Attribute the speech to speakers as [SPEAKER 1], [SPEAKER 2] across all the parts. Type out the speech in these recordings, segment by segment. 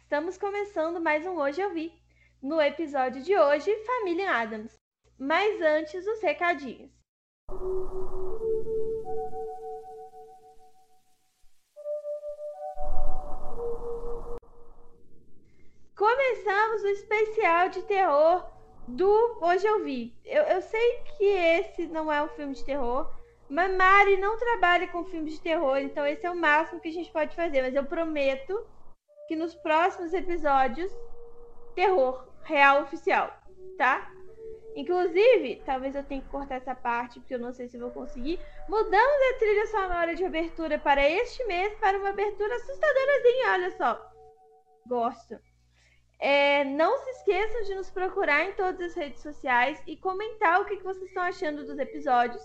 [SPEAKER 1] Estamos começando mais um Hoje Eu Vi. No episódio de hoje, Família Adams. Mas antes, os recadinhos. Começamos o especial de terror do Hoje Eu Vi. Eu, eu sei que esse não é um filme de terror, mas Mari não trabalha com filmes de terror, então esse é o máximo que a gente pode fazer. Mas eu prometo que nos próximos episódios, terror real oficial, tá? Inclusive, talvez eu tenha que cortar essa parte, porque eu não sei se vou conseguir. Mudamos a trilha sonora de abertura para este mês, para uma abertura assustadorazinha, olha só. Gosto. É, não se esqueçam de nos procurar em todas as redes sociais e comentar o que, que vocês estão achando dos episódios.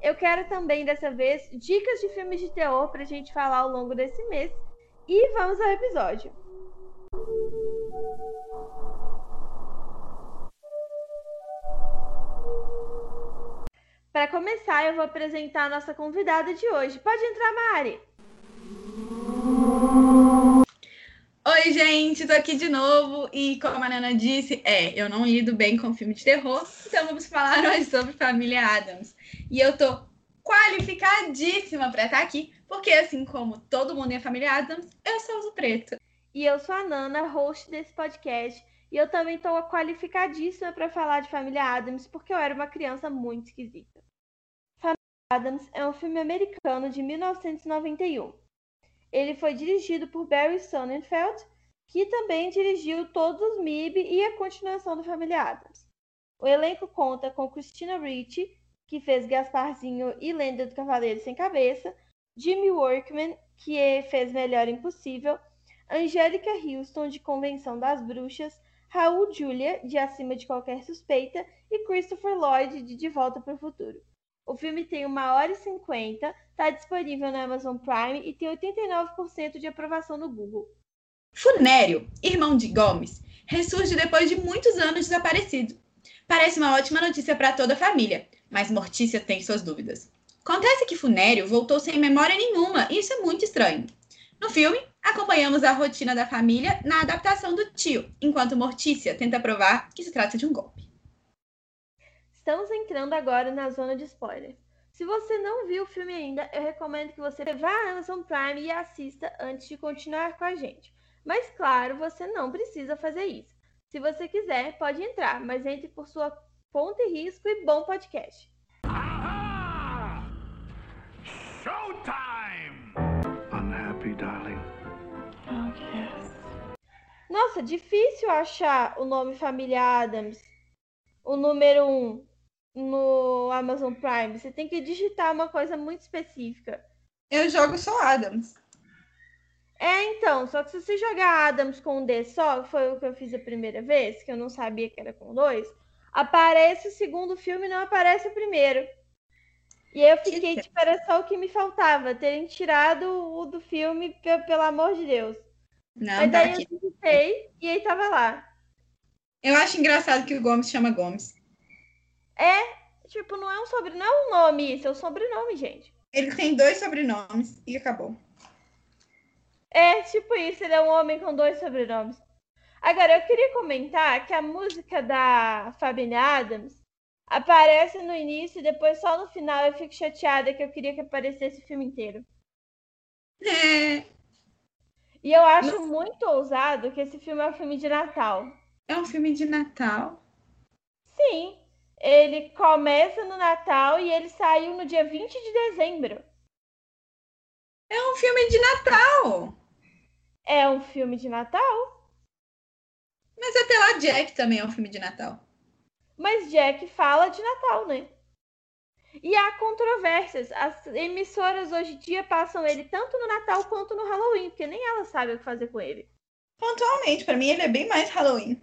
[SPEAKER 1] Eu quero também, dessa vez, dicas de filmes de terror pra gente falar ao longo desse mês. E vamos ao episódio. Para começar, eu vou apresentar a nossa convidada de hoje. Pode entrar, Mari.
[SPEAKER 2] Oi, gente, tô aqui de novo e como a Nana disse, é, eu não lido bem com filme de terror, então vamos falar hoje sobre Família Adams. E eu tô qualificadíssima para estar aqui, porque assim como todo mundo em Família Adams, eu sou uso preto.
[SPEAKER 1] E eu sou a Nana, host desse podcast, e eu também tô qualificadíssima para falar de Família Adams, porque eu era uma criança muito esquisita. Família Adams é um filme americano de 1991. Ele foi dirigido por Barry Sonnenfeld, que também dirigiu todos os MIB e a continuação do Família Adams. O elenco conta com Christina Ricci, que fez Gasparzinho e Lenda do Cavaleiro Sem Cabeça, Jimmy Workman, que fez Melhor Impossível, Angélica Houston, de Convenção das Bruxas, Raul Julia, de Acima de Qualquer Suspeita, e Christopher Lloyd, de De Volta para o Futuro. O filme tem 1 hora e 50, está disponível na Amazon Prime e tem 89% de aprovação no Google.
[SPEAKER 2] Funério, irmão de Gomes, ressurge depois de muitos anos desaparecido. Parece uma ótima notícia para toda a família, mas Mortícia tem suas dúvidas. Acontece que Funério voltou sem memória nenhuma e isso é muito estranho. No filme, acompanhamos a rotina da família na adaptação do tio, enquanto Mortícia tenta provar que se trata de um golpe.
[SPEAKER 1] Estamos entrando agora na zona de spoiler. Se você não viu o filme ainda, eu recomendo que você vá à Amazon Prime e assista antes de continuar com a gente. Mas claro, você não precisa fazer isso. Se você quiser, pode entrar, mas entre por sua conta e risco e bom podcast.
[SPEAKER 3] Aha! Showtime! Unhappy, darling.
[SPEAKER 1] Nossa, difícil achar o nome Família Adams, o número 1, um, no Amazon Prime. Você tem que digitar uma coisa muito específica.
[SPEAKER 2] Eu jogo só Adams.
[SPEAKER 1] É, então, só que se você jogar Adams com um D só, que foi o que eu fiz a primeira vez, que eu não sabia que era com dois, aparece o segundo filme e não aparece o primeiro. E aí eu fiquei,
[SPEAKER 2] Que
[SPEAKER 1] tipo, era só o que me faltava, terem tirado o do filme, pe- pelo amor de Deus.
[SPEAKER 2] Não,
[SPEAKER 1] Mas
[SPEAKER 2] tá
[SPEAKER 1] daí eu
[SPEAKER 2] aqui.
[SPEAKER 1] digitei e aí tava lá.
[SPEAKER 2] Eu acho engraçado que o Gomes chama Gomes.
[SPEAKER 1] Tipo, não é um sobrenome, não é um nome isso, é um sobrenome, gente.
[SPEAKER 2] Ele tem dois sobrenomes e acabou.
[SPEAKER 1] É, tipo isso, ele é um homem com dois sobrenomes. Agora, eu queria comentar que a música da Fabina Adams aparece no início e depois só no final eu fico chateada que eu queria que aparecesse o filme inteiro.
[SPEAKER 2] É,
[SPEAKER 1] E eu acho muito ousado que esse filme é um filme de Natal.
[SPEAKER 2] é um filme de Natal.
[SPEAKER 1] Sim, ele começa no Natal e ele saiu no dia 20 de dezembro.
[SPEAKER 2] É um filme de Natal.
[SPEAKER 1] É um filme de Natal?
[SPEAKER 2] Mas até lá Jack também é um filme de Natal.
[SPEAKER 1] Mas Jack fala de Natal, né? E há controvérsias. As emissoras hoje em dia passam ele tanto no Natal quanto no Halloween, porque nem elas sabem o que fazer com ele.
[SPEAKER 2] Pontualmente, pra mim ele é bem mais Halloween.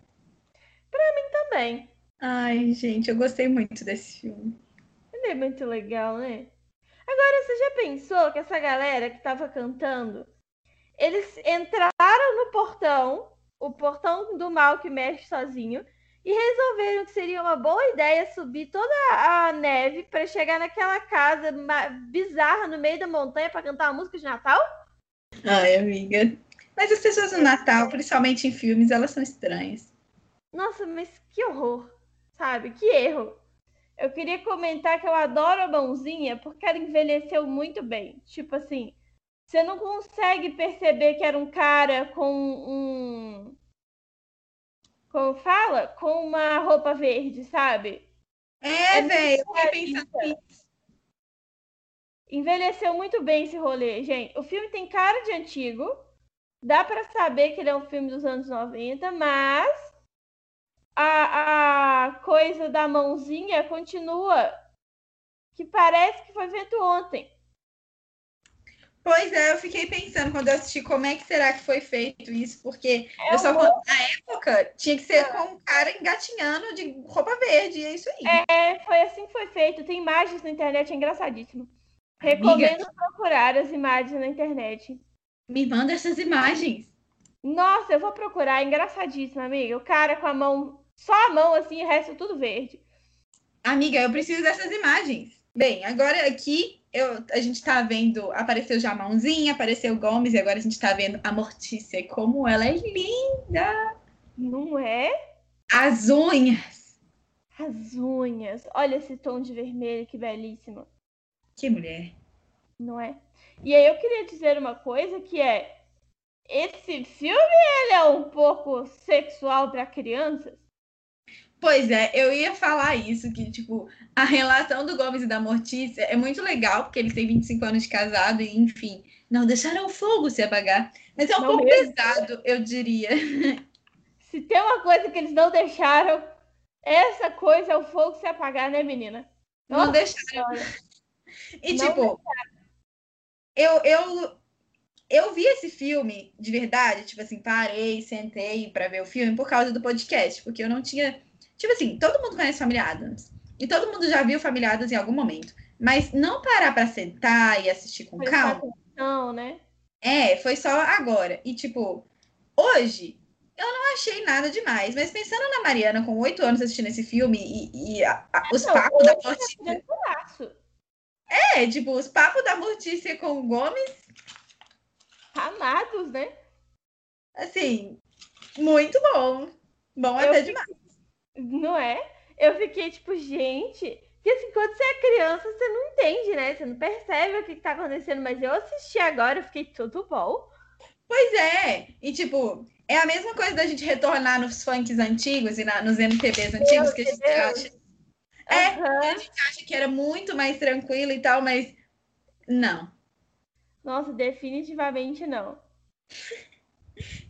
[SPEAKER 1] Também.
[SPEAKER 2] Ai, gente, eu gostei muito desse filme.
[SPEAKER 1] Ele é muito legal, né? Agora, você já pensou que essa galera que tava cantando, eles entraram no portão, o portão do mal que mexe sozinho, e resolveram que seria uma boa ideia subir toda a neve pra chegar naquela casa ma- bizarra no meio da montanha pra cantar uma música de Natal?
[SPEAKER 2] Ai, amiga. Mas as pessoas no Natal, principalmente em filmes, elas são estranhas.
[SPEAKER 1] Nossa, mas que horror, sabe? Que erro. Eu queria comentar que eu adoro a mãozinha porque ela envelheceu muito bem. Tipo assim, você não consegue perceber que era um cara com um. Como fala? Com uma roupa verde, sabe?
[SPEAKER 2] É,
[SPEAKER 1] É
[SPEAKER 2] velho, eu fiquei pensando
[SPEAKER 1] Envelheceu muito bem esse rolê, gente. O filme tem cara de antigo. Dá pra saber que ele é um filme dos anos 90, mas a, a coisa da mãozinha continua. Que parece que foi feito ontem.
[SPEAKER 2] Pois é, eu fiquei pensando quando eu assisti como é que será que foi feito isso, porque eu só
[SPEAKER 1] um
[SPEAKER 2] con- na época tinha que ser com um cara engatinhando de roupa verde, e é isso aí.
[SPEAKER 1] É, foi assim que foi feito. Tem imagens na internet, é engraçadíssimo.
[SPEAKER 2] Amiga.
[SPEAKER 1] Recomendo procurar as imagens na internet.
[SPEAKER 2] Me manda essas imagens.
[SPEAKER 1] Nossa, eu vou procurar, é engraçadíssimo, amiga. O cara com a mão, só a mão assim, e o resto tudo verde.
[SPEAKER 2] Amiga, eu preciso dessas imagens. Bem, agora aqui eu, a gente tá vendo, apareceu já a mãozinha, apareceu o Gomes, e agora a gente tá vendo a Mortícia, e como ela é linda.
[SPEAKER 1] Não é?
[SPEAKER 2] As unhas.
[SPEAKER 1] As unhas. Olha esse tom de vermelho, que belíssimo.
[SPEAKER 2] Que mulher.
[SPEAKER 1] Não é? E aí eu queria dizer uma coisa que é esse filme ele é um pouco sexual pra crianças.
[SPEAKER 2] Pois é, eu ia falar isso, que, tipo, a relação do Gomes e da Mortícia é muito legal, porque eles têm 25 anos de casado e, enfim, não deixaram o fogo se apagar. Mas é um
[SPEAKER 1] Não
[SPEAKER 2] pouco
[SPEAKER 1] mesmo.
[SPEAKER 2] pesado, eu diria.
[SPEAKER 1] Se tem uma coisa que eles não deixaram, essa coisa é o fogo se apagar, né, menina?
[SPEAKER 2] Não
[SPEAKER 1] Nossa
[SPEAKER 2] deixaram. E,
[SPEAKER 1] Não
[SPEAKER 2] tipo, eu, eu, eu vi esse filme de verdade, tipo assim, parei, sentei pra ver o filme por causa do podcast, porque eu não tinha. Tipo assim, todo mundo conhece Família Adams. E todo mundo já viu Família Adams em algum momento. Mas não parar pra sentar e assistir com
[SPEAKER 1] Prestar
[SPEAKER 2] calma.
[SPEAKER 1] Não, né?
[SPEAKER 2] É, foi só agora. E, tipo, hoje eu não achei nada demais. Mas pensando na Mariana com oito anos assistindo esse filme e, e a- a- os
[SPEAKER 1] Não,
[SPEAKER 2] papos da
[SPEAKER 1] hoje
[SPEAKER 2] Mortícia.
[SPEAKER 1] Tirando o laço.
[SPEAKER 2] É, tipo, os papos da Mortícia com o Gomes,
[SPEAKER 1] Amados, né?
[SPEAKER 2] assim, muito bom. Bom
[SPEAKER 1] Eu
[SPEAKER 2] até
[SPEAKER 1] fiquei-
[SPEAKER 2] demais.
[SPEAKER 1] Não é? Eu fiquei tipo, gente. Que assim, quando você é criança, você não entende, né? Você não percebe o que, que tá acontecendo. Mas eu assisti agora, eu fiquei tudo bom.
[SPEAKER 2] Pois é. E, tipo, é a mesma coisa da gente retornar nos funks antigos e na- nos MPBs antigos que a gente
[SPEAKER 1] Deus.
[SPEAKER 2] acha. É,
[SPEAKER 1] Aham.
[SPEAKER 2] acha que era muito mais tranquilo e tal, mas não.
[SPEAKER 1] Nossa, definitivamente não.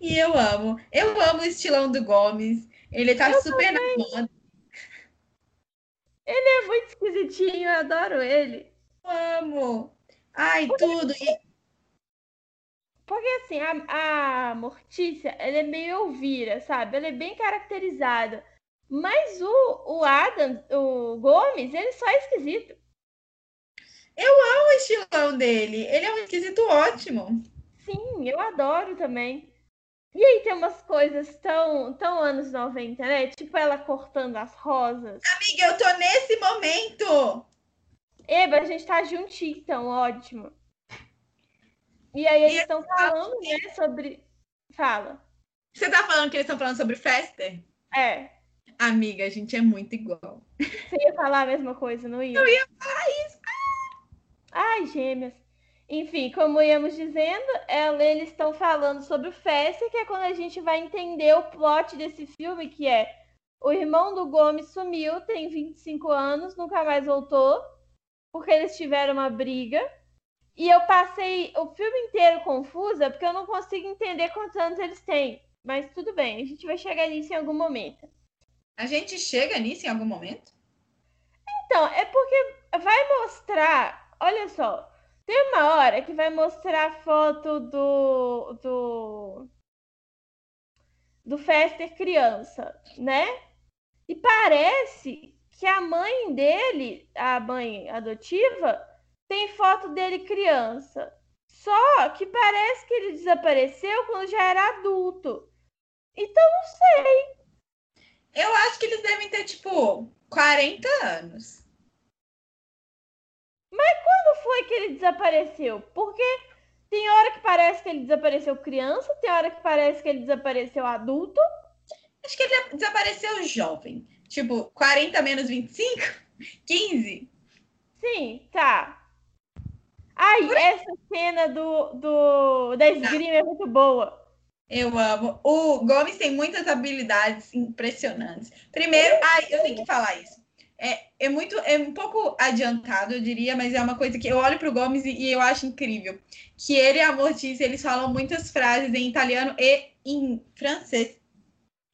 [SPEAKER 2] E eu amo. Eu amo o estilão do Gomes. Ele tá super na moda.
[SPEAKER 1] É muito esquisitinho, eu adoro ele.
[SPEAKER 2] Eu amo. Ai, tudo. E
[SPEAKER 1] Porque assim, a, a Mortícia, ela é meio Elvira, sabe? Ela é bem caracterizada. Mas o, o Adam, o Gomes, ele só é esquisito.
[SPEAKER 2] o estilão dele? Ele é um esquisito ótimo.
[SPEAKER 1] Sim, eu adoro também. E aí tem umas coisas tão, tão anos 90, né? Tipo ela cortando as rosas.
[SPEAKER 2] Amiga, eu tô nesse momento.
[SPEAKER 1] Eba, a gente tá juntinho, então, ótimo. E aí eles
[SPEAKER 2] E
[SPEAKER 1] estão falando, né, sobre... Fala.
[SPEAKER 2] Você tá falando que eles estão falando sobre Fester?
[SPEAKER 1] É,
[SPEAKER 2] Amiga, a gente é muito igual.
[SPEAKER 1] Você ia falar a mesma coisa, não ia? Eu ia falar isso. Ai, gêmeas. Enfim, como íamos dizendo, ela- eles estão falando sobre o Fester, que é quando a gente vai entender o plot desse filme, que é o irmão do Gomes sumiu, tem 25 anos, nunca mais voltou, porque eles tiveram uma briga. E eu passei o filme inteiro confusa, porque eu não consigo entender quantos anos eles têm. Mas tudo bem, a gente vai chegar nisso em algum momento.
[SPEAKER 2] A gente chega nisso em algum momento?
[SPEAKER 1] Então, é porque vai mostrar. Olha só, tem uma hora que vai mostrar a foto do. do. do Fester criança, né? E parece que a mãe dele, a mãe adotiva, tem foto dele criança. Só que parece que ele desapareceu quando já era adulto. Então, não sei.
[SPEAKER 2] Eu acho que eles devem ter, tipo, 40 anos.
[SPEAKER 1] foi que ele desapareceu? Porque Tem hora que parece que ele desapareceu criança, tem hora que parece que ele desapareceu adulto.
[SPEAKER 2] Acho que ele desapareceu jovem. Tipo, 40 menos 25? 15?
[SPEAKER 1] Sim, tá. Ai, essa cena do, do, da esgrima é muito boa.
[SPEAKER 2] Eu amo. O Gomes tem muitas habilidades impressionantes. Primeiro, ai, eu tenho que falar isso. É, é muito, é um pouco adiantado, eu diria, mas é uma coisa que eu olho pro Gomes e, e eu acho incrível. Que ele e a Mortícia, eles falam muitas frases em italiano e em francês.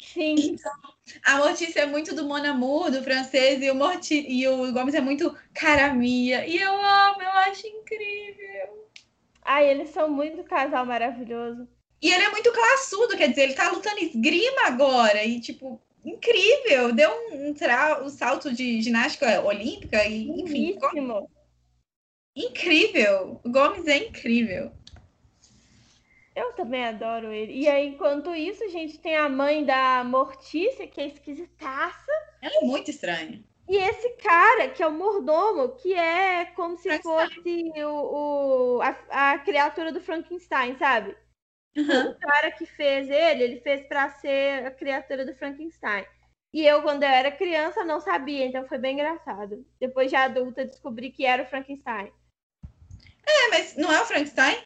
[SPEAKER 1] Sim.
[SPEAKER 2] A Mortícia é muito do Mon Amour, do francês, e o, Morti... e o Gomes é muito caramia. E eu amo, eu acho incrível.
[SPEAKER 1] Ai, eles são muito casal maravilhoso.
[SPEAKER 2] E ele é muito classudo, quer dizer, ele tá lutando esgrima agora. E, tipo, incrível. Deu um, um, tra... um salto de ginástica olímpica e, enfim. Gomes-
[SPEAKER 1] Lindíssimo.
[SPEAKER 2] Incrível. O Gomes é incrível.
[SPEAKER 1] Eu também adoro ele. E aí, enquanto isso, a gente tem a mãe da Mortícia, que é esquisitaça.
[SPEAKER 2] Ela é muito estranha.
[SPEAKER 1] E esse cara, que é o mordomo, que é como se
[SPEAKER 2] Frankenstein.
[SPEAKER 1] fosse o, o- a, a criatura do Frankenstein, sabe?
[SPEAKER 2] Aham.
[SPEAKER 1] O cara que fez ele, ele fez pra ser a criatura do Frankenstein. E eu, quando eu era criança, não sabia, então foi bem engraçado. Depois de adulta, descobri que era o Frankenstein.
[SPEAKER 2] É, mas não é o Frankenstein?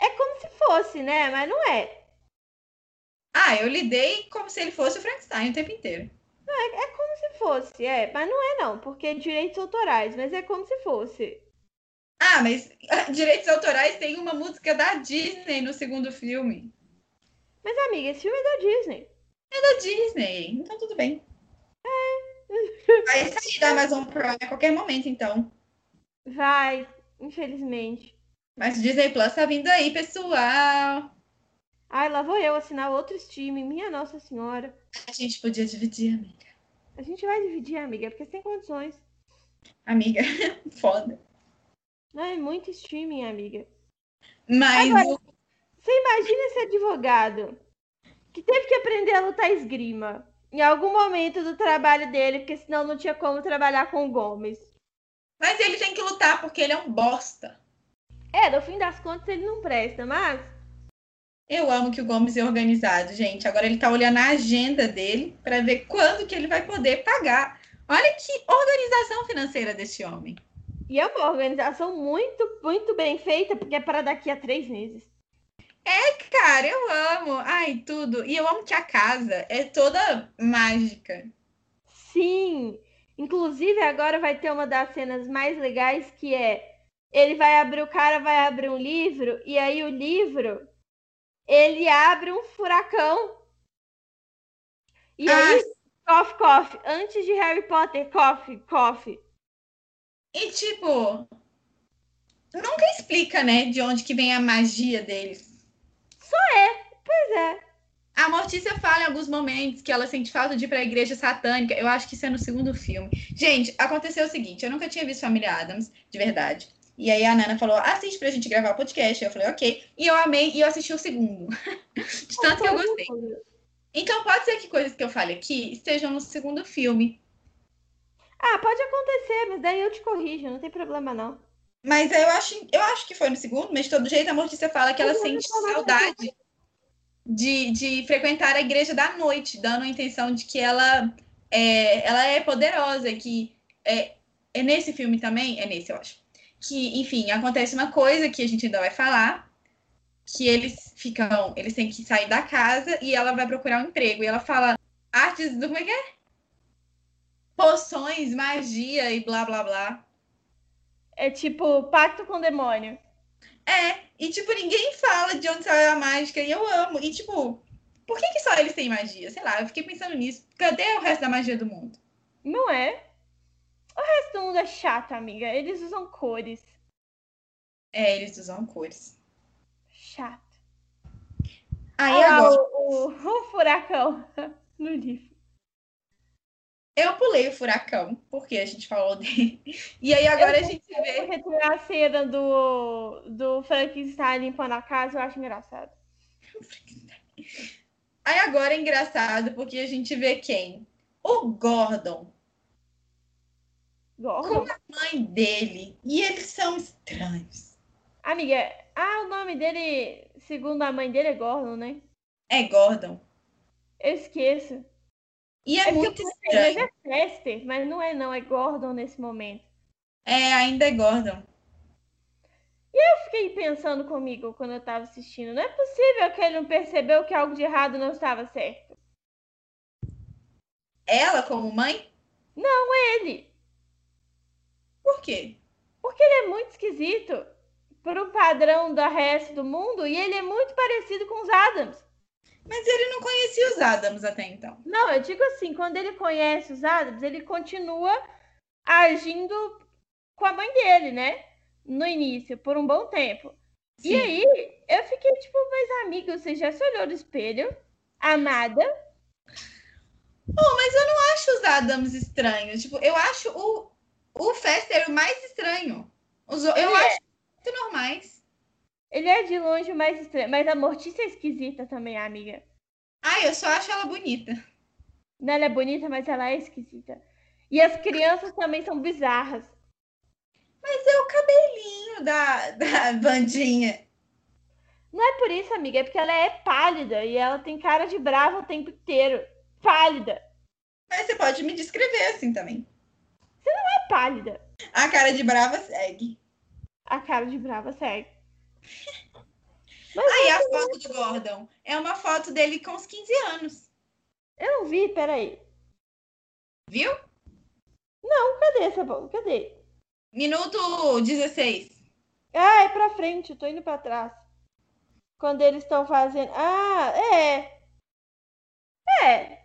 [SPEAKER 1] É como se fosse, né? Mas não é.
[SPEAKER 2] Ah, eu lidei como se ele fosse o Frankenstein o tempo inteiro.
[SPEAKER 1] Como se fosse, é. Mas não é, não, porque é direitos autorais, mas é como se fosse.
[SPEAKER 2] Ah, mas ah, direitos autorais tem uma música da Disney no segundo filme.
[SPEAKER 1] Mas, amiga, esse filme é da Disney.
[SPEAKER 2] da Disney. Então tudo bem. tá Vai sair da Amazon Prime um a qualquer momento, então.
[SPEAKER 1] Vai, infelizmente.
[SPEAKER 2] Mas Disney Plus tá vindo aí, pessoal.
[SPEAKER 1] Ai, lá vou eu assinar outro streaming. Minha Nossa Senhora.
[SPEAKER 2] A gente podia dividir, amiga.
[SPEAKER 1] A gente vai dividir, amiga, porque sem condições.
[SPEAKER 2] Amiga, foda.
[SPEAKER 1] Não é muito streaming, amiga.
[SPEAKER 2] Mas
[SPEAKER 1] Agora-
[SPEAKER 2] o-
[SPEAKER 1] Você imagina esse advogado que teve que aprender a lutar esgrima em algum momento do trabalho dele, porque senão não tinha como trabalhar com o Gomes.
[SPEAKER 2] mas ele tem que lutar porque ele é um bosta.
[SPEAKER 1] É, no fim das contas ele não presta, mas
[SPEAKER 2] Eu amo que o Gomes é organizado, gente. Agora ele tá olhando a agenda dele pra ver quando que ele vai poder pagar. Olha que organização financeira desse homem.
[SPEAKER 1] e é uma organização muito, muito bem feita, porque é para daqui a três meses.
[SPEAKER 2] Cara, eu amo. Ai, tudo. E eu amo que a casa é toda mágica.
[SPEAKER 1] Sim! Inclusive, agora vai ter uma das cenas mais legais que é ele vai abrir, o cara vai abrir um livro, e aí o livro ele abre um furacão. E
[SPEAKER 2] Ah,
[SPEAKER 1] aí, cough, cough, antes de Harry Potter, cough, cough.
[SPEAKER 2] E tipo, nunca explica, né, de onde que vem a magia deles.
[SPEAKER 1] Pois é.
[SPEAKER 2] A Mortícia fala em alguns momentos que ela sente falta de ir pra igreja satânica. Eu acho que isso é no segundo filme. Gente, aconteceu o seguinte: eu nunca tinha visto Família Adams, de verdade. E aí a Nana falou: assiste pra gente gravar o podcast. Eu falei, ok. E eu amei e eu assisti o segundo. De tanto que eu gostei. Então pode ser que coisas que eu fale aqui estejam no segundo filme.
[SPEAKER 1] Ah, pode acontecer, mas daí eu te corrijo, não tem problema não.
[SPEAKER 2] Mas eu acho, eu acho que foi no segundo, mas de todo jeito a Mortícia fala que ela sente saudade de, de frequentar a igreja da noite, dando a intenção de que ela é, ela é poderosa, que é, é nesse filme também, é nesse, eu acho. Que, enfim, acontece uma coisa que a gente ainda vai falar, que eles ficam, eles têm que sair da casa e ela vai procurar um emprego. E ela fala artes do como é que é? Poções, magia e blá blá blá.
[SPEAKER 1] É tipo pacto com o demônio.
[SPEAKER 2] É, e tipo, ninguém fala de onde saiu a mágica, e eu amo. E tipo, por que, que só eles têm magia? Sei lá, eu fiquei pensando nisso. Cadê o resto da magia do mundo?
[SPEAKER 1] Não é? O resto do mundo é chato, amiga. Eles usam cores.
[SPEAKER 2] É, eles usam cores.
[SPEAKER 1] Chato.
[SPEAKER 2] Aí
[SPEAKER 1] Olha lá
[SPEAKER 2] agora,
[SPEAKER 1] o, o- o furacão no livro.
[SPEAKER 2] eu pulei o furacão, porque a gente falou dele. E aí agora a
[SPEAKER 1] Eu-
[SPEAKER 2] gente vê.
[SPEAKER 1] Porque tem a cena do, do Frankenstein limpando a casa, eu acho engraçado.
[SPEAKER 2] Aí agora é engraçado, porque a gente vê quem? O Gordon,
[SPEAKER 1] Gordon.
[SPEAKER 2] Como? mãe dele. E eles são estranhos.
[SPEAKER 1] Amiga, Ah, o nome dele, segundo a mãe dele, é Gordon, né?
[SPEAKER 2] É Gordon.
[SPEAKER 1] Eu esqueço.
[SPEAKER 2] E é,
[SPEAKER 1] É
[SPEAKER 2] muito
[SPEAKER 1] Mas
[SPEAKER 2] estranho.
[SPEAKER 1] é Chester, mas não é não, é Gordon nesse momento.
[SPEAKER 2] É, ainda é Gordon.
[SPEAKER 1] Eu fiquei pensando comigo quando eu tava assistindo. Não é possível que ele não percebeu que algo de errado não estava certo.
[SPEAKER 2] Ela, como mãe,
[SPEAKER 1] Ele,
[SPEAKER 2] por quê?
[SPEAKER 1] porque ele é muito esquisito pro padrão do resto do mundo e ele é muito parecido com os Adams.
[SPEAKER 2] Mas ele não conhecia os Adams até então.
[SPEAKER 1] Não, eu digo assim, quando ele conhece os Adams, ele continua agindo com a mãe dele, né? No início, por um bom tempo. E
[SPEAKER 2] Sim.
[SPEAKER 1] aí, eu fiquei tipo, mas amiga, você já se olhou no espelho? Amada?
[SPEAKER 2] Pô, mas eu não acho os Adams estranhos. Tipo, eu acho o, o Fester o mais estranho. Os, o- eu
[SPEAKER 1] Ele é.
[SPEAKER 2] acho muito normais.
[SPEAKER 1] Ele é de longe o mais estranho, mas a Mortícia é esquisita também, amiga.
[SPEAKER 2] Ai, eu só acho ela bonita.
[SPEAKER 1] Não, Ela é bonita, mas ela é esquisita. E as crianças também são bizarras.
[SPEAKER 2] Mas é o cabelinho da, da bandinha.
[SPEAKER 1] Não é por isso, amiga, é porque ela é pálida e ela tem cara de brava o tempo inteiro. Pálida.
[SPEAKER 2] Mas você pode me descrever assim também.
[SPEAKER 1] É pálida.
[SPEAKER 2] A cara de brava segue.
[SPEAKER 1] A cara de brava segue.
[SPEAKER 2] Aí a foto do Gordon. É uma foto dele com os 15 anos.
[SPEAKER 1] Eu não vi, peraí.
[SPEAKER 2] Viu?
[SPEAKER 1] Cadê essa bola? Cadê?
[SPEAKER 2] Minuto 16.
[SPEAKER 1] Ah, é pra frente, eu tô indo pra trás. Quando eles estão fazendo. Ah, é. É,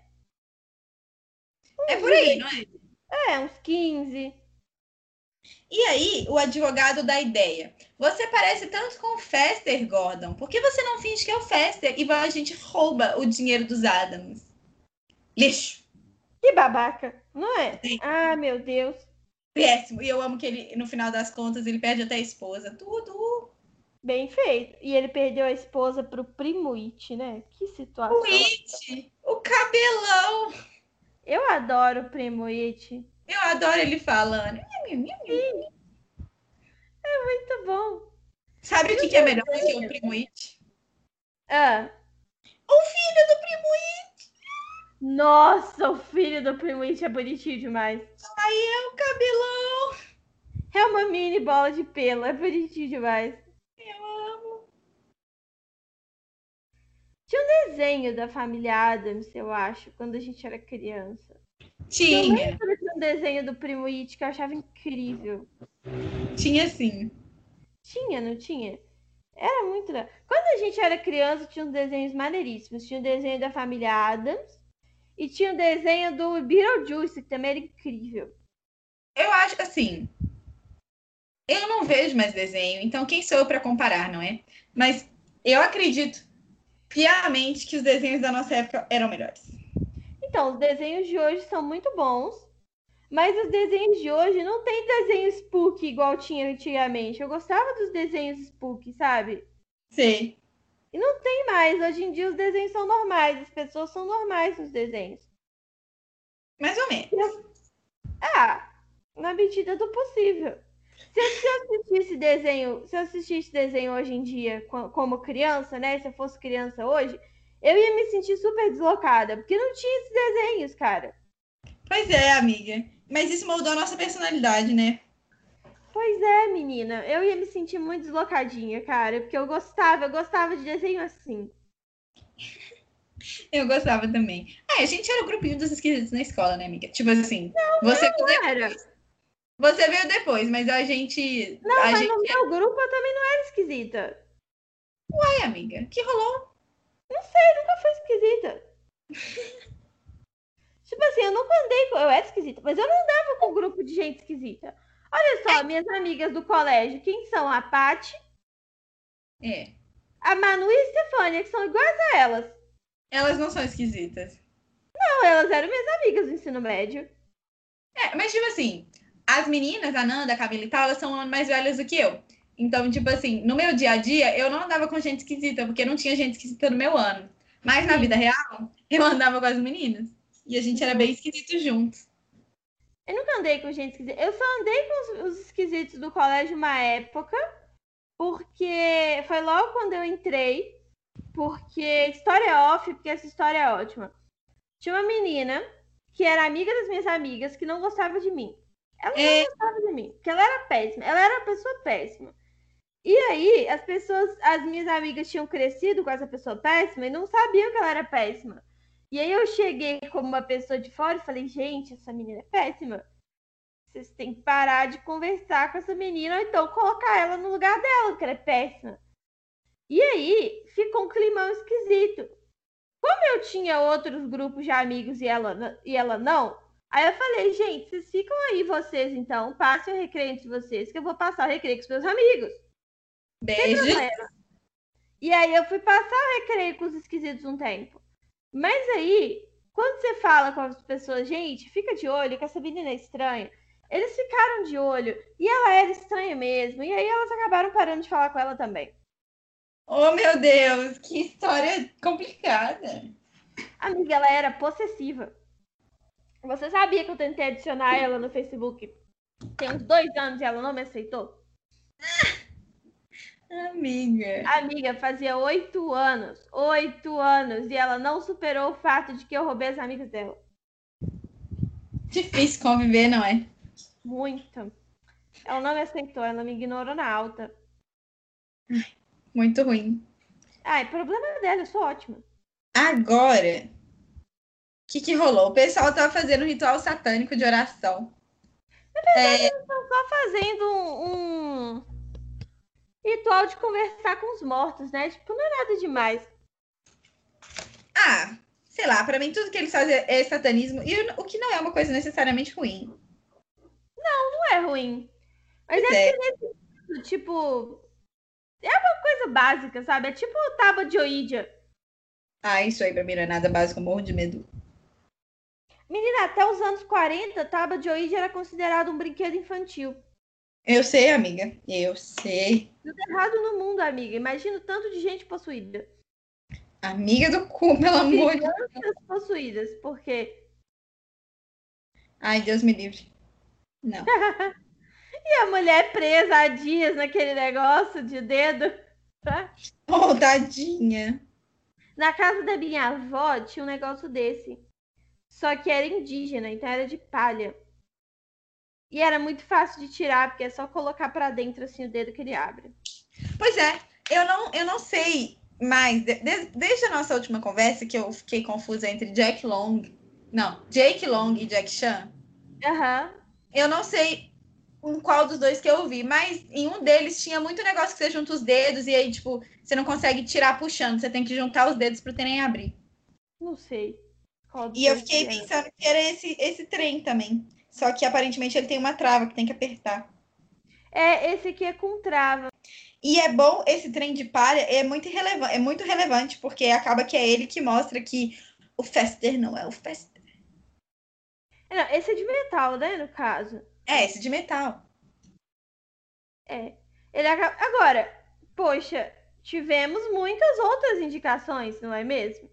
[SPEAKER 2] É por aí, não é?
[SPEAKER 1] é, uns 15.
[SPEAKER 2] E aí, o advogado da ideia. Você parece tanto com o Fester, Gordon. Por que você não finge que é o Fester e vai- a gente rouba o dinheiro dos Adams? Lixo.
[SPEAKER 1] Que babaca, não é? Ah, meu Deus.
[SPEAKER 2] Péssimo. E eu amo que ele, no final das contas, ele perde até a esposa. Tudo.
[SPEAKER 1] Bem feito. E ele perdeu a esposa pro primo It, né? Que situação.
[SPEAKER 2] O It. O cabelão.
[SPEAKER 1] Eu adoro o primo It.
[SPEAKER 2] Eu adoro ele falando.
[SPEAKER 1] Muito bom.
[SPEAKER 2] Sabe o que, que é melhor do que o primo It?
[SPEAKER 1] Ah,
[SPEAKER 2] O filho do primo It.
[SPEAKER 1] nossa, o filho do primo It é bonitinho demais.
[SPEAKER 2] Aí é o cabelão.
[SPEAKER 1] É uma mini bola de pelo, é bonitinho demais.
[SPEAKER 2] Eu amo.
[SPEAKER 1] um Desenho da família Adams, eu acho, quando a gente era criança. Eu
[SPEAKER 2] Tinha.
[SPEAKER 1] lembro de um desenho do primo It que eu achava incrível.
[SPEAKER 2] Tinha sim.
[SPEAKER 1] Tinha, não tinha? Era muito legal. Quando a gente era criança, tinha uns desenhos maneiríssimos. Tinha o desenho da família Adams e tinha o desenho do Beetlejuice, que também era incrível.
[SPEAKER 2] Eu acho que, assim. Eu não vejo mais desenho, então quem sou eu para comparar, não é? Mas eu acredito piamente que os desenhos da nossa época eram melhores.
[SPEAKER 1] Então, os desenhos de hoje são muito bons, mas os desenhos de hoje não tem desenho spook igual tinha antigamente. Eu gostava dos desenhos spook, sabe?
[SPEAKER 2] Sei.
[SPEAKER 1] E não tem mais. Hoje em dia os desenhos são normais, as pessoas são normais nos desenhos.
[SPEAKER 2] Mais ou menos.
[SPEAKER 1] Ah, na medida do possível. Se eu, se eu assistisse desenho, se eu assistisse desenho hoje em dia co- como criança, né? Se eu fosse criança hoje, eu ia me sentir super deslocada, porque não tinha esses desenhos, cara.
[SPEAKER 2] Pois é, amiga. Mas isso moldou a nossa personalidade, né?
[SPEAKER 1] Pois é, menina, eu ia me sentir muito deslocadinha, cara, porque eu gostava, eu gostava de desenho assim.
[SPEAKER 2] Eu gostava também. Ah, a gente era o grupinho dos esquisitos na escola, né, amiga? Tipo assim, você,
[SPEAKER 1] Cara,
[SPEAKER 2] você veio depois, mas a gente.
[SPEAKER 1] não,
[SPEAKER 2] a
[SPEAKER 1] mas
[SPEAKER 2] gente
[SPEAKER 1] no meu grupo eu também não era esquisita.
[SPEAKER 2] é, amiga. Que rolou?
[SPEAKER 1] Nunca fui esquisita. tipo assim, eu nunca andei com. Eu era esquisita, mas eu não andava com um grupo de gente esquisita. Olha só, minhas amigas do colégio, quem são? A Paty,
[SPEAKER 2] É.
[SPEAKER 1] a Manu e a Stefânia, que são iguais a elas.
[SPEAKER 2] Elas não são esquisitas.
[SPEAKER 1] Não, elas eram minhas amigas do ensino médio.
[SPEAKER 2] É, mas tipo assim, as meninas, a Nanda, a Camila e tal, elas são mais velhas do que eu. Então, tipo assim, no meu dia a dia, eu não andava com gente esquisita, porque não tinha gente esquisita no meu ano. Mas na vida real, eu andava com as meninas. E a gente era bem esquisito juntos.
[SPEAKER 1] Eu nunca andei com gente esquisita. Eu só andei com os, os esquisitos do colégio uma época. porque foi logo quando eu entrei, porque história é off, porque essa história é ótima. Tinha uma menina que era amiga das minhas amigas que não gostava de mim. Ela não
[SPEAKER 2] É.
[SPEAKER 1] gostava de mim, porque ela era péssima. Ela era uma pessoa péssima. E aí, as pessoas, as minhas amigas tinham crescido com essa pessoa péssima e não sabiam que ela era péssima. E aí eu cheguei como uma pessoa de fora e falei, gente, essa menina é péssima. Vocês têm que parar de conversar com essa menina ou então colocar ela no lugar dela, que ela é péssima. E aí ficou um climão esquisito. Como eu tinha outros grupos de amigos e ela, n- e ela não, aí eu falei, gente, vocês ficam aí, vocês então, passem o recreio entre vocês, que eu vou passar o recreio com os meus amigos.
[SPEAKER 2] Beijo.
[SPEAKER 1] problema. E aí eu fui passar o recreio com os esquisitos um tempo. Mas aí, quando você fala com as pessoas, gente, fica de olho que essa menina é estranha. Eles ficaram de olho e ela era estranha mesmo. E aí elas acabaram parando de falar com ela também.
[SPEAKER 2] Oh, meu Deus, que história complicada.
[SPEAKER 1] Amiga, ela era possessiva. Você sabia que eu tentei adicionar ela no Facebook? Tem uns dois anos e ela não me aceitou?
[SPEAKER 2] Amiga.
[SPEAKER 1] Amiga, fazia oito anos. Oito anos. E ela não superou o fato de que eu roubei as amigas dela.
[SPEAKER 2] Difícil conviver, não é?
[SPEAKER 1] Muito. Ela não me aceitou, ela me ignorou na alta.
[SPEAKER 2] Muito ruim.
[SPEAKER 1] Ai, problema dela, eu sou ótima.
[SPEAKER 2] Agora, o que, que rolou? O pessoal tava fazendo um ritual satânico de oração.
[SPEAKER 1] Fazendo um, um ritual de conversar com os mortos, né? Tipo, não é nada demais.
[SPEAKER 2] Ah, sei lá, pra mim tudo que eles fazem é satanismo, e o que não é uma coisa necessariamente ruim.
[SPEAKER 1] Não é ruim. Mas é
[SPEAKER 2] É,
[SPEAKER 1] tipo. É uma coisa básica, sabe? É tipo tábua de oídia.
[SPEAKER 2] Ah, isso aí pra mim não é nada básico, eu morro de medo.
[SPEAKER 1] Menina, até os anos 40, tábua de oídia era considerado um brinquedo infantil. Tá
[SPEAKER 2] Eu sei, amiga. Eu sei.
[SPEAKER 1] Tudo errado no mundo, amiga. Imagina o tanto de gente possuída.
[SPEAKER 2] Amiga do cu, pelo amor de
[SPEAKER 1] Crianças possuídas, porque
[SPEAKER 2] Ai, Deus me livre. Não.
[SPEAKER 1] É. E a mulher presa há dias naquele negócio de dedo.
[SPEAKER 2] Oh, tadinha.
[SPEAKER 1] Na casa da minha avó tinha um negócio desse. Só que era indígena, então era de palha. E era muito fácil de tirar, porque é só colocar pra dentro assim o dedo que ele abre.
[SPEAKER 2] Pois é, eu não, eu não sei mais. de- de- desde a nossa última conversa, que eu fiquei confusa entre Jack Long. Não, Jake Long e Jack Chan.
[SPEAKER 1] Aham.
[SPEAKER 2] Eu não sei em qual dos dois que eu vi, mas em um deles tinha muito negócio que você junta os dedos e aí, tipo, você não consegue tirar puxando, você tem que juntar os dedos pro trem abrir.
[SPEAKER 1] Não sei. qual dos
[SPEAKER 2] E eu
[SPEAKER 1] dois
[SPEAKER 2] fiquei
[SPEAKER 1] que era.
[SPEAKER 2] pensando que era esse, esse trem também. Só que aparentemente ele tem uma trava que tem que apertar.
[SPEAKER 1] É, esse aqui é com trava.
[SPEAKER 2] E é bom esse trem de palha, é muito, irrelevan- é muito relevante, porque acaba que é ele que mostra que o Fester não é o Fester.
[SPEAKER 1] Não, esse é de metal, né, no caso.
[SPEAKER 2] É esse de metal.
[SPEAKER 1] É. Ele acaba... Agora, poxa, tivemos muitas outras indicações, não é mesmo?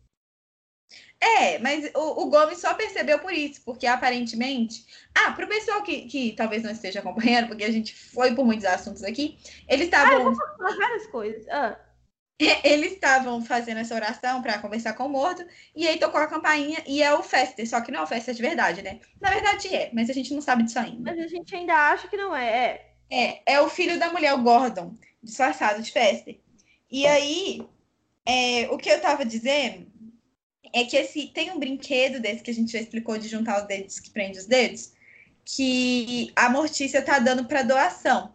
[SPEAKER 2] É, mas o, o Gomes só percebeu por isso, porque aparentemente. Ah, pro pessoal que, que talvez não esteja acompanhando, porque a gente foi por muitos assuntos aqui, eles estavam
[SPEAKER 1] Falar várias coisas. Ah.
[SPEAKER 2] eles estavam fazendo essa oração para conversar com o morto, e aí tocou a campainha e é o Fester, só que não é o Fester de verdade, né? Na verdade é, mas a gente não sabe disso ainda.
[SPEAKER 1] Mas a gente ainda acha que não é. é.
[SPEAKER 2] É, é o filho da mulher, o Gordon, disfarçado de Fester. E aí, é, o que eu tava dizendo é que esse, tem um brinquedo desse que a gente já explicou de juntar os dedos que prende os dedos, que a Mortícia tá dando para doação.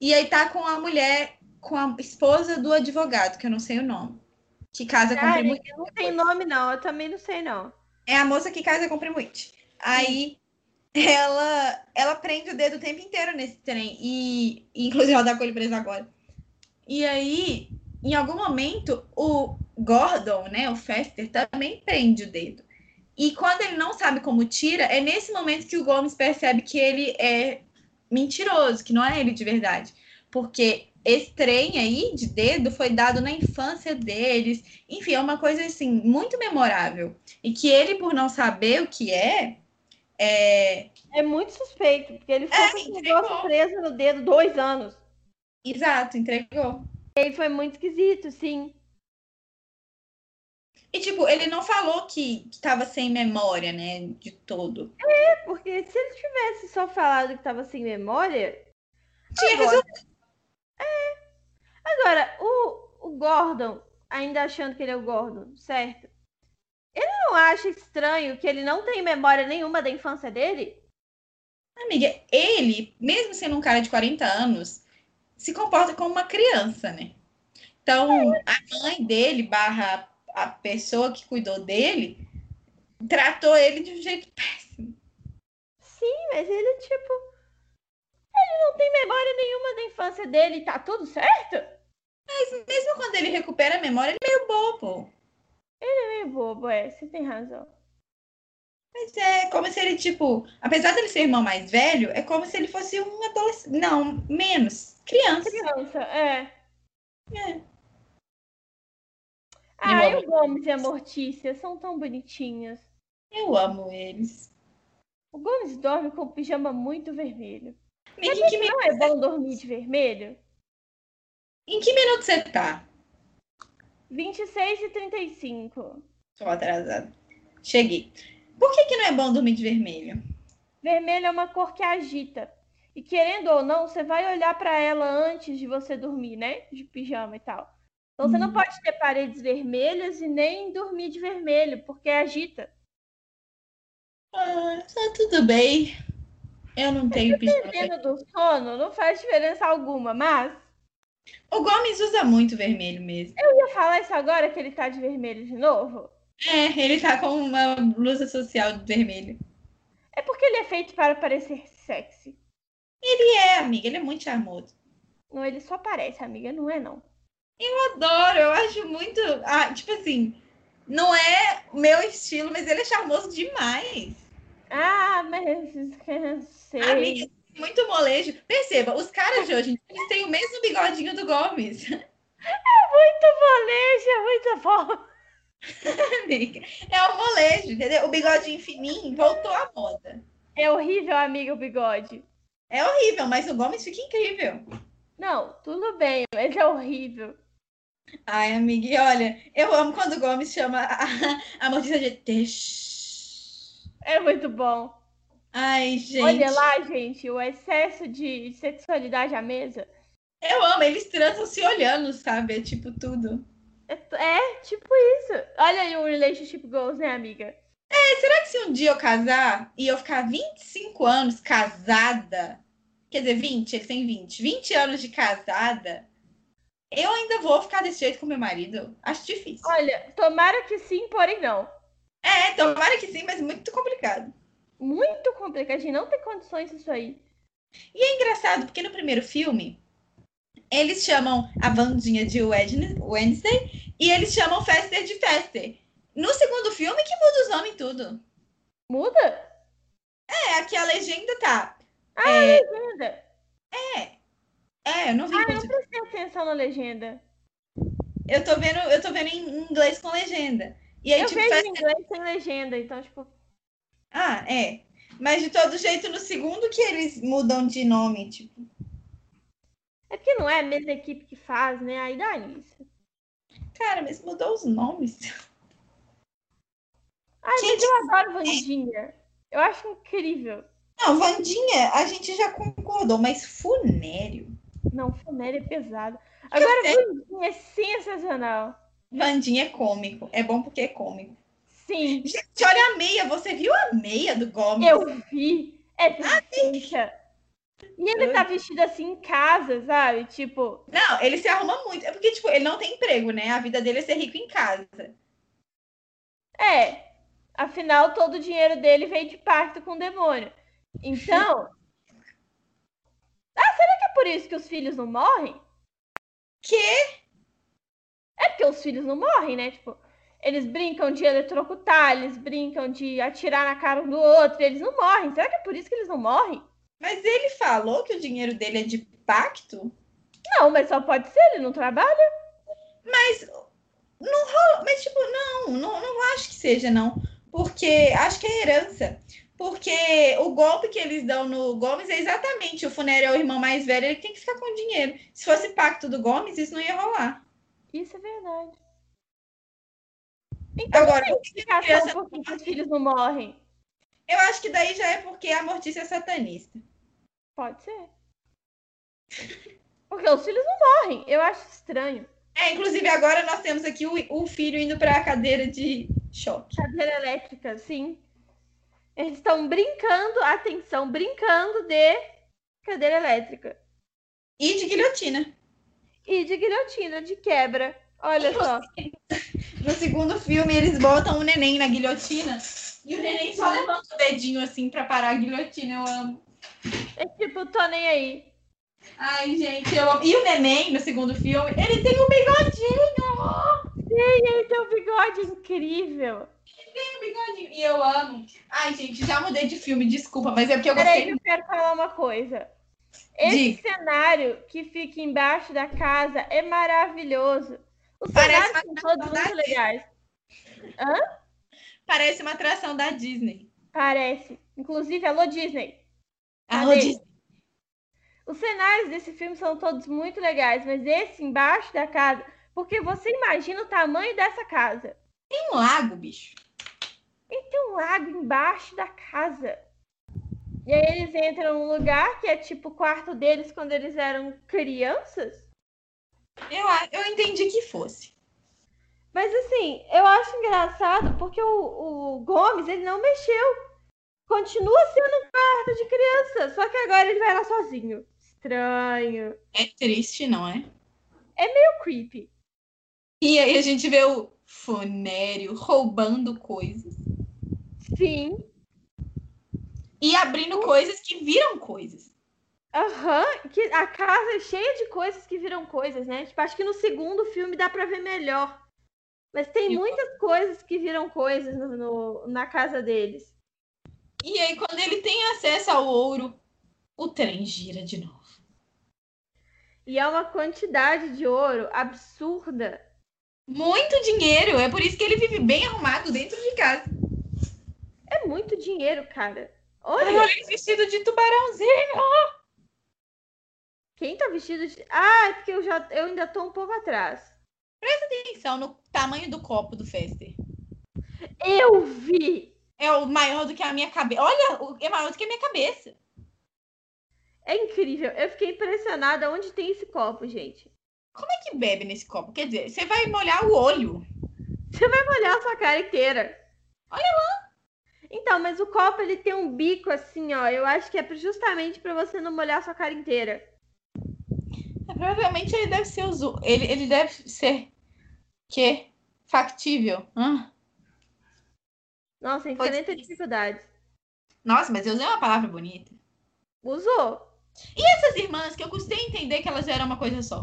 [SPEAKER 2] E aí tá com a mulher, com a esposa do advogado, que eu não sei o nome, que casa com o
[SPEAKER 1] Ah,
[SPEAKER 2] primo
[SPEAKER 1] eu não tem nome, não. Eu também não sei, não.
[SPEAKER 2] é a moça que casa com o primo It. Aí ela, ela prende o dedo o tempo inteiro nesse trem. E, e, inclusive ela tá com ele preso agora. E aí, em algum momento, o Gordon, né? O Fester, também prende o dedo. E quando ele não sabe como tira, é nesse momento que o Gomes percebe que ele é mentiroso, que não é ele de verdade. Porque esse trem aí de dedo foi dado na infância deles. Enfim, é uma coisa assim, muito memorável. E que ele, por não saber o que é, é...
[SPEAKER 1] É muito suspeito, porque ele
[SPEAKER 2] É,
[SPEAKER 1] ficou com um esse
[SPEAKER 2] entregou.
[SPEAKER 1] negócio preso no dedo dois anos.
[SPEAKER 2] Exato, entregou.
[SPEAKER 1] Ele foi muito esquisito, sim.
[SPEAKER 2] E, tipo, ele não falou que, que tava sem memória, né? De todo.
[SPEAKER 1] É porque se ele tivesse só falado que tava sem memória.
[SPEAKER 2] Tinha
[SPEAKER 1] agora- É.
[SPEAKER 2] resolvido.
[SPEAKER 1] Agora, o, o Gordon, ainda achando que ele é o Gordon, certo? Ele não acha estranho que ele não tem memória nenhuma da infância dele?
[SPEAKER 2] né, Amiga, ele, mesmo sendo um cara de 40 anos, se comporta como uma criança, né? Então, a mãe dele, barra a pessoa que cuidou dele, tratou ele de um jeito péssimo.
[SPEAKER 1] Sim, mas ele, tipo. Ele não tem memória nenhuma da infância dele, tá tudo certo?
[SPEAKER 2] Mesmo quando ele recupera a memória, ele é meio bobo.
[SPEAKER 1] É bobo, é, você tem razão.
[SPEAKER 2] Mas é como se ele, tipo, apesar dele ser irmão mais velho, é como se ele fosse um adolescente. Não, menos. Criança.
[SPEAKER 1] Criança, é.
[SPEAKER 2] É.
[SPEAKER 1] Ah,
[SPEAKER 2] E
[SPEAKER 1] e o Gomes e a Mortícia são tão bonitinhos.
[SPEAKER 2] Eu amo eles.
[SPEAKER 1] O Gomes dorme com o pijama muito vermelho.
[SPEAKER 2] Amiga, em, que mi-
[SPEAKER 1] Não é bom dormir de vermelho?
[SPEAKER 2] em que minuto você tá?
[SPEAKER 1] 26 e 35.
[SPEAKER 2] Tô atrasada. Cheguei. Por que, que não é bom dormir de vermelho?
[SPEAKER 1] Vermelho é uma cor que agita. E querendo ou não, você vai olhar pra ela antes de você dormir, né? De pijama e tal. Então você não
[SPEAKER 2] Hum.
[SPEAKER 1] pode ter paredes vermelhas e nem dormir de vermelho, porque agita.
[SPEAKER 2] Ah, tá tudo bem. Eu não tenho pijama.
[SPEAKER 1] Dependendo do sono, não faz diferença alguma, mas.
[SPEAKER 2] O Gomes usa muito vermelho mesmo.
[SPEAKER 1] Eu ia falar isso agora que ele tá de vermelho de novo.
[SPEAKER 2] É, ele tá com uma blusa social de vermelho.
[SPEAKER 1] É porque ele é feito para parecer sexy.
[SPEAKER 2] É, amiga, ele é muito charmoso.
[SPEAKER 1] Não, ele só parece, amiga, não é não.
[SPEAKER 2] adoro, eu acho muito. Ah, tipo assim, não é o meu estilo, mas ele é charmoso demais.
[SPEAKER 1] Ah, mas eu sei.
[SPEAKER 2] Amiga, muito molejo. Perceba, os caras de hoje em dia, eles têm o mesmo bigodinho do Gomes.
[SPEAKER 1] Molejo é muito bom.
[SPEAKER 2] Amiga, é o molejo, entendeu? O bigodinho fininho voltou à moda.
[SPEAKER 1] É horrível, amiga, o bigode.
[SPEAKER 2] É horrível, mas o Gomes fica incrível.
[SPEAKER 1] Não, tudo bem, mas é horrível.
[SPEAKER 2] Ai, amiga, e olha, eu amo quando o Gomes chama a, a, a Mortícia de Teixe.
[SPEAKER 1] É muito bom.
[SPEAKER 2] Ai, gente.
[SPEAKER 1] Olha lá, gente, o excesso de sexualidade à mesa.
[SPEAKER 2] Eu amo, eles transam se olhando, sabe? É tipo tudo.
[SPEAKER 1] É, é tipo isso. Olha aí o relationship goals, né, amiga?
[SPEAKER 2] se um dia eu casar e eu ficar 25 anos casada, quer dizer, 20, eles têm 20, 20 anos de casada, eu ainda vou ficar desse jeito com meu marido. Acho difícil.
[SPEAKER 1] Olha, tomara que sim, porém não.
[SPEAKER 2] É, tomara que sim, mas muito complicado.
[SPEAKER 1] Muito complicado, a gente não tem condições disso aí.
[SPEAKER 2] É engraçado, porque no primeiro filme, eles chamam a Vandinha de Wednes- Wednesday e eles chamam Fester de Fester. No segundo filme, que muda os nomes e tudo.
[SPEAKER 1] Muda? Ah,
[SPEAKER 2] É, aqui a legenda tá.
[SPEAKER 1] Muda.
[SPEAKER 2] É, eu não vi em português.
[SPEAKER 1] Prestei atenção na legenda.
[SPEAKER 2] Eu tô vendo, eu tô vendo em inglês com legenda. E aí,
[SPEAKER 1] eu
[SPEAKER 2] tipo,
[SPEAKER 1] vejo
[SPEAKER 2] faz-
[SPEAKER 1] em inglês sem legenda, então, tipo,
[SPEAKER 2] Ah, é. Mas de todo jeito, no segundo que eles mudam de nome, tipo.
[SPEAKER 1] é porque não é a mesma equipe que faz, né? Aí dá nisso.
[SPEAKER 2] Cara, mas mudou os nomes.
[SPEAKER 1] Ai, mas
[SPEAKER 2] Gente,
[SPEAKER 1] eu adoro Vandinha. Eu acho incrível.
[SPEAKER 2] não, Vandinha, a gente já concordou, mas funério.
[SPEAKER 1] Não, Funéria é pesado. Agora, Vandinha é sensacional.
[SPEAKER 2] Vandinha é cômico. É bom porque é cômico.
[SPEAKER 1] Sim,
[SPEAKER 2] Gente, olha a meia. Você viu a meia do Gomes?
[SPEAKER 1] eu vi. É perfeita. E ele tá vestido assim em casa, sabe? Tipo,
[SPEAKER 2] Não, ele se arruma muito. É porque, tipo, ele não tem emprego, né? A vida dele é ser rico em casa.
[SPEAKER 1] é. Afinal, todo o dinheiro dele veio de pacto com o demônio. Então. Ah, será que é por isso que os filhos não morrem?
[SPEAKER 2] Que?
[SPEAKER 1] É porque os filhos não morrem, né? Tipo, eles brincam de eletrocutar, eles brincam de atirar na cara um do outro, e eles não morrem. Será que é por isso que eles não morrem?
[SPEAKER 2] Mas ele falou que o dinheiro dele é de pacto?
[SPEAKER 1] Não, mas só pode ser, ele não trabalha.
[SPEAKER 2] Mas não rola, mas tipo, não, não, não acho que seja, não. Porque acho que é herança. Porque o golpe que eles dão no Gomes é exatamente o Funério é o irmão mais velho, ele tem que ficar com o dinheiro. Se fosse pacto do Gomes, isso não ia rolar.
[SPEAKER 1] Isso é verdade.
[SPEAKER 2] Agora, por que a criança-
[SPEAKER 1] Explicação por que que os filhos não morrem.
[SPEAKER 2] eu acho que daí já é porque a Mortícia é satanista.
[SPEAKER 1] Pode ser. Porque os filhos não morrem. Eu acho estranho.
[SPEAKER 2] É, inclusive agora nós temos aqui o, o filho indo para a cadeira de choque.
[SPEAKER 1] Cadeira elétrica, sim. Eles estão brincando, atenção, brincando de cadeira elétrica.
[SPEAKER 2] E de guilhotina.
[SPEAKER 1] E de guilhotina, de quebra. Olha só.
[SPEAKER 2] No segundo filme, eles botam o neném na guilhotina. E o neném só levanta o dedinho assim pra parar a guilhotina. Eu amo.
[SPEAKER 1] É tipo, tô nem aí.
[SPEAKER 2] Ai, gente, eu amo. E o neném, no segundo filme, ele tem um bigodinho.
[SPEAKER 1] Ele tem um bigode incrível.
[SPEAKER 2] Tem um bigodinho. E eu amo. Ai, gente, já mudei de filme, desculpa, mas é porque eu
[SPEAKER 1] Peraí, que
[SPEAKER 2] gostei.
[SPEAKER 1] eu quero falar uma coisa. Esse cenário que fica embaixo da casa é maravilhoso. Os
[SPEAKER 2] Parece
[SPEAKER 1] cenários são
[SPEAKER 2] uma
[SPEAKER 1] todos
[SPEAKER 2] casa
[SPEAKER 1] muito
[SPEAKER 2] da
[SPEAKER 1] legais.
[SPEAKER 2] Parece uma atração da Disney.
[SPEAKER 1] Parece. Inclusive, alô Disney.
[SPEAKER 2] Ah,
[SPEAKER 1] Cadê?
[SPEAKER 2] Disney.
[SPEAKER 1] Os cenários desse filme são todos muito legais, mas esse embaixo da casa, porque você imagina o tamanho dessa casa.
[SPEAKER 2] Tem um lago, bicho.
[SPEAKER 1] Tem um lago embaixo da casa. E aí eles entram num lugar que é tipo o quarto deles quando eles eram crianças.
[SPEAKER 2] Eu, a- eu entendi que fosse.
[SPEAKER 1] Mas assim, eu acho engraçado porque o, o Gomes, ele não mexeu. Continua sendo um quarto de criança, só que agora ele vai lá sozinho. Estranho.
[SPEAKER 2] É triste, não é?
[SPEAKER 1] Meio creepy.
[SPEAKER 2] E aí a gente vê o Fonério roubando coisas.
[SPEAKER 1] Sim.
[SPEAKER 2] e abrindo coisas que viram coisas.
[SPEAKER 1] Aham, que a casa é cheia de coisas que viram coisas, né? Tipo, acho que no segundo filme dá pra ver melhor. Mas tem
[SPEAKER 2] Eu-
[SPEAKER 1] muitas coisas que viram coisas no- no- na casa deles.
[SPEAKER 2] E aí, quando ele tem acesso ao ouro, o trem gira de novo.
[SPEAKER 1] E é uma quantidade de ouro absurda.
[SPEAKER 2] Muito dinheiro, é por isso que ele vive bem arrumado dentro de casa.
[SPEAKER 1] É muito dinheiro, cara. Olha,
[SPEAKER 2] Olha, ele vestido de tubarãozinho.
[SPEAKER 1] quem tá vestido de. Ah, é porque eu, já, eu ainda tô um pouco atrás.
[SPEAKER 2] Atenção Então, no tamanho do copo do Fester.
[SPEAKER 1] Eu vi!
[SPEAKER 2] É o maior do que a minha cabeça. Olha, o- é maior do que a minha cabeça.
[SPEAKER 1] É incrível. Eu fiquei impressionada onde tem esse copo, gente.
[SPEAKER 2] Como é que bebe nesse copo? Quer dizer, você vai molhar o olho.
[SPEAKER 1] Vai molhar a sua cara inteira. Olha lá. Então, mas o copo ele tem um bico assim, ó. Eu acho que é pra- justamente pra você não molhar a sua cara inteira.
[SPEAKER 2] É, Provavelmente ele deve ser usu... ele, ele deve ser que factível. Hã?
[SPEAKER 1] Nossa,
[SPEAKER 2] Pois
[SPEAKER 1] enfrenta
[SPEAKER 2] é.
[SPEAKER 1] dificuldades.
[SPEAKER 2] Nossa, mas eu usei uma palavra bonita.
[SPEAKER 1] Usou.
[SPEAKER 2] essas irmãs que eu custei entender que elas eram uma coisa só.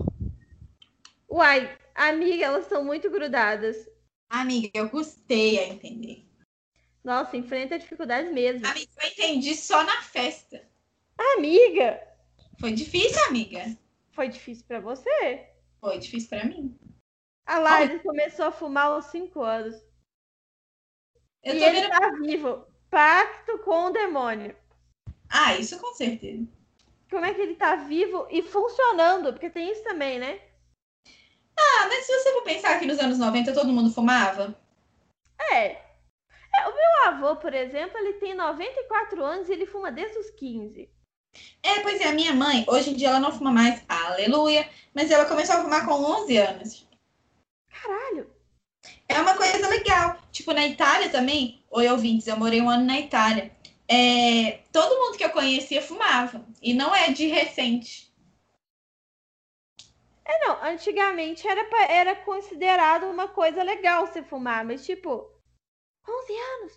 [SPEAKER 1] Uai, amiga, elas estão muito grudadas.
[SPEAKER 2] Amiga, eu custei a entender.
[SPEAKER 1] Nossa, enfrenta dificuldades mesmo.
[SPEAKER 2] Amiga, eu entendi só na festa.
[SPEAKER 1] Amiga,
[SPEAKER 2] Foi difícil, amiga.
[SPEAKER 1] foi difícil pra você?
[SPEAKER 2] Foi difícil pra mim.
[SPEAKER 1] A Laila começou a fumar aos 5 anos.
[SPEAKER 2] Eu
[SPEAKER 1] e
[SPEAKER 2] tô
[SPEAKER 1] ele
[SPEAKER 2] vendo.
[SPEAKER 1] tá vivo. Pacto com o demônio.
[SPEAKER 2] Ah, isso com certeza.
[SPEAKER 1] Como é que ele tá vivo e funcionando? Porque tem isso também, né?
[SPEAKER 2] Ah, mas se você for pensar que nos anos 90 todo mundo fumava,
[SPEAKER 1] É. É, O meu avô, por exemplo, ele tem 94 anos e ele fuma desde os 15.
[SPEAKER 2] é, pois é, a minha mãe, hoje em dia ela não fuma mais, aleluia, mas ela começou a fumar com 11 anos.
[SPEAKER 1] Caralho.
[SPEAKER 2] É uma coisa legal. Tipo, na Itália também, oi ouvintes, eu morei um ano na Itália. É, todo mundo que eu conhecia fumava, e não é de recente.
[SPEAKER 1] É, não. Antigamente era, pa- era considerado uma coisa legal você fumar, mas tipo, 11 anos.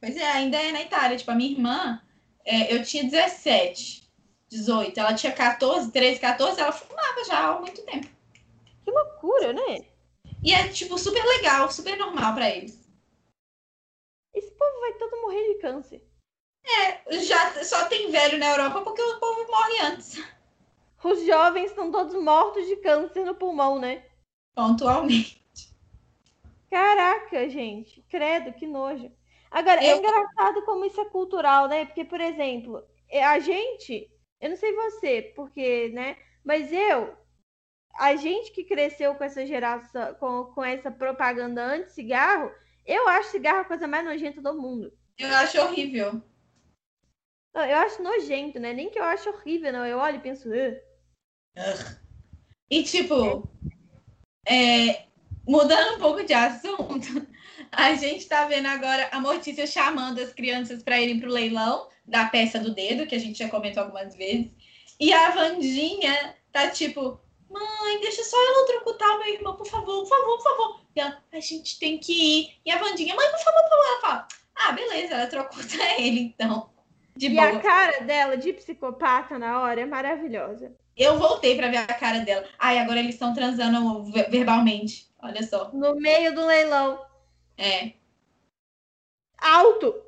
[SPEAKER 2] Pois é, ainda é na Itália. Tipo, a minha irmã, é, eu tinha 17, 18. Ela tinha 14, 13, 14. Ela fumava já há muito tempo.
[SPEAKER 1] Que loucura, né?
[SPEAKER 2] E é, tipo, super legal, super normal pra eles.
[SPEAKER 1] Esse povo vai todo morrer de câncer.
[SPEAKER 2] Já só tem velho na Europa porque o povo morre antes,
[SPEAKER 1] Os jovens estão todos mortos de câncer no pulmão, né?
[SPEAKER 2] pontualmente.
[SPEAKER 1] Caraca, gente. Credo, que nojo. Agora, é
[SPEAKER 2] Eu-
[SPEAKER 1] engraçado como isso é cultural, né? Porque, por exemplo, é, a gente, eu não sei você, porque, né? Mas eu, a gente que cresceu com essa geração, com, com essa propaganda anti-cigarro, eu acho cigarro a coisa mais nojenta do mundo.
[SPEAKER 2] Eu acho horrível.
[SPEAKER 1] Não, Eu acho nojento, né? Nem que eu acho horrível, não. Eu olho e penso, "Ugh".
[SPEAKER 2] E tipo, é, mudando um pouco de assunto, a gente tá vendo agora a Mortícia chamando as crianças para irem pro leilão da peça do dedo, que a gente já comentou algumas vezes. E a Vandinha tá tipo, mãe, deixa só eu eletrocutar o meu irmão, por favor, por favor, por favor. E ela, a gente tem que ir. E a Vandinha, mãe, por favor, por favor. Ela fala, ah, beleza, ela trocuta ele então. De
[SPEAKER 1] e
[SPEAKER 2] boa.
[SPEAKER 1] a cara dela de psicopata na hora é maravilhosa.
[SPEAKER 2] Eu voltei pra ver a cara dela. Ai, agora eles estão transando ve- verbalmente. Olha só.
[SPEAKER 1] No meio do leilão,
[SPEAKER 2] É.
[SPEAKER 1] alto.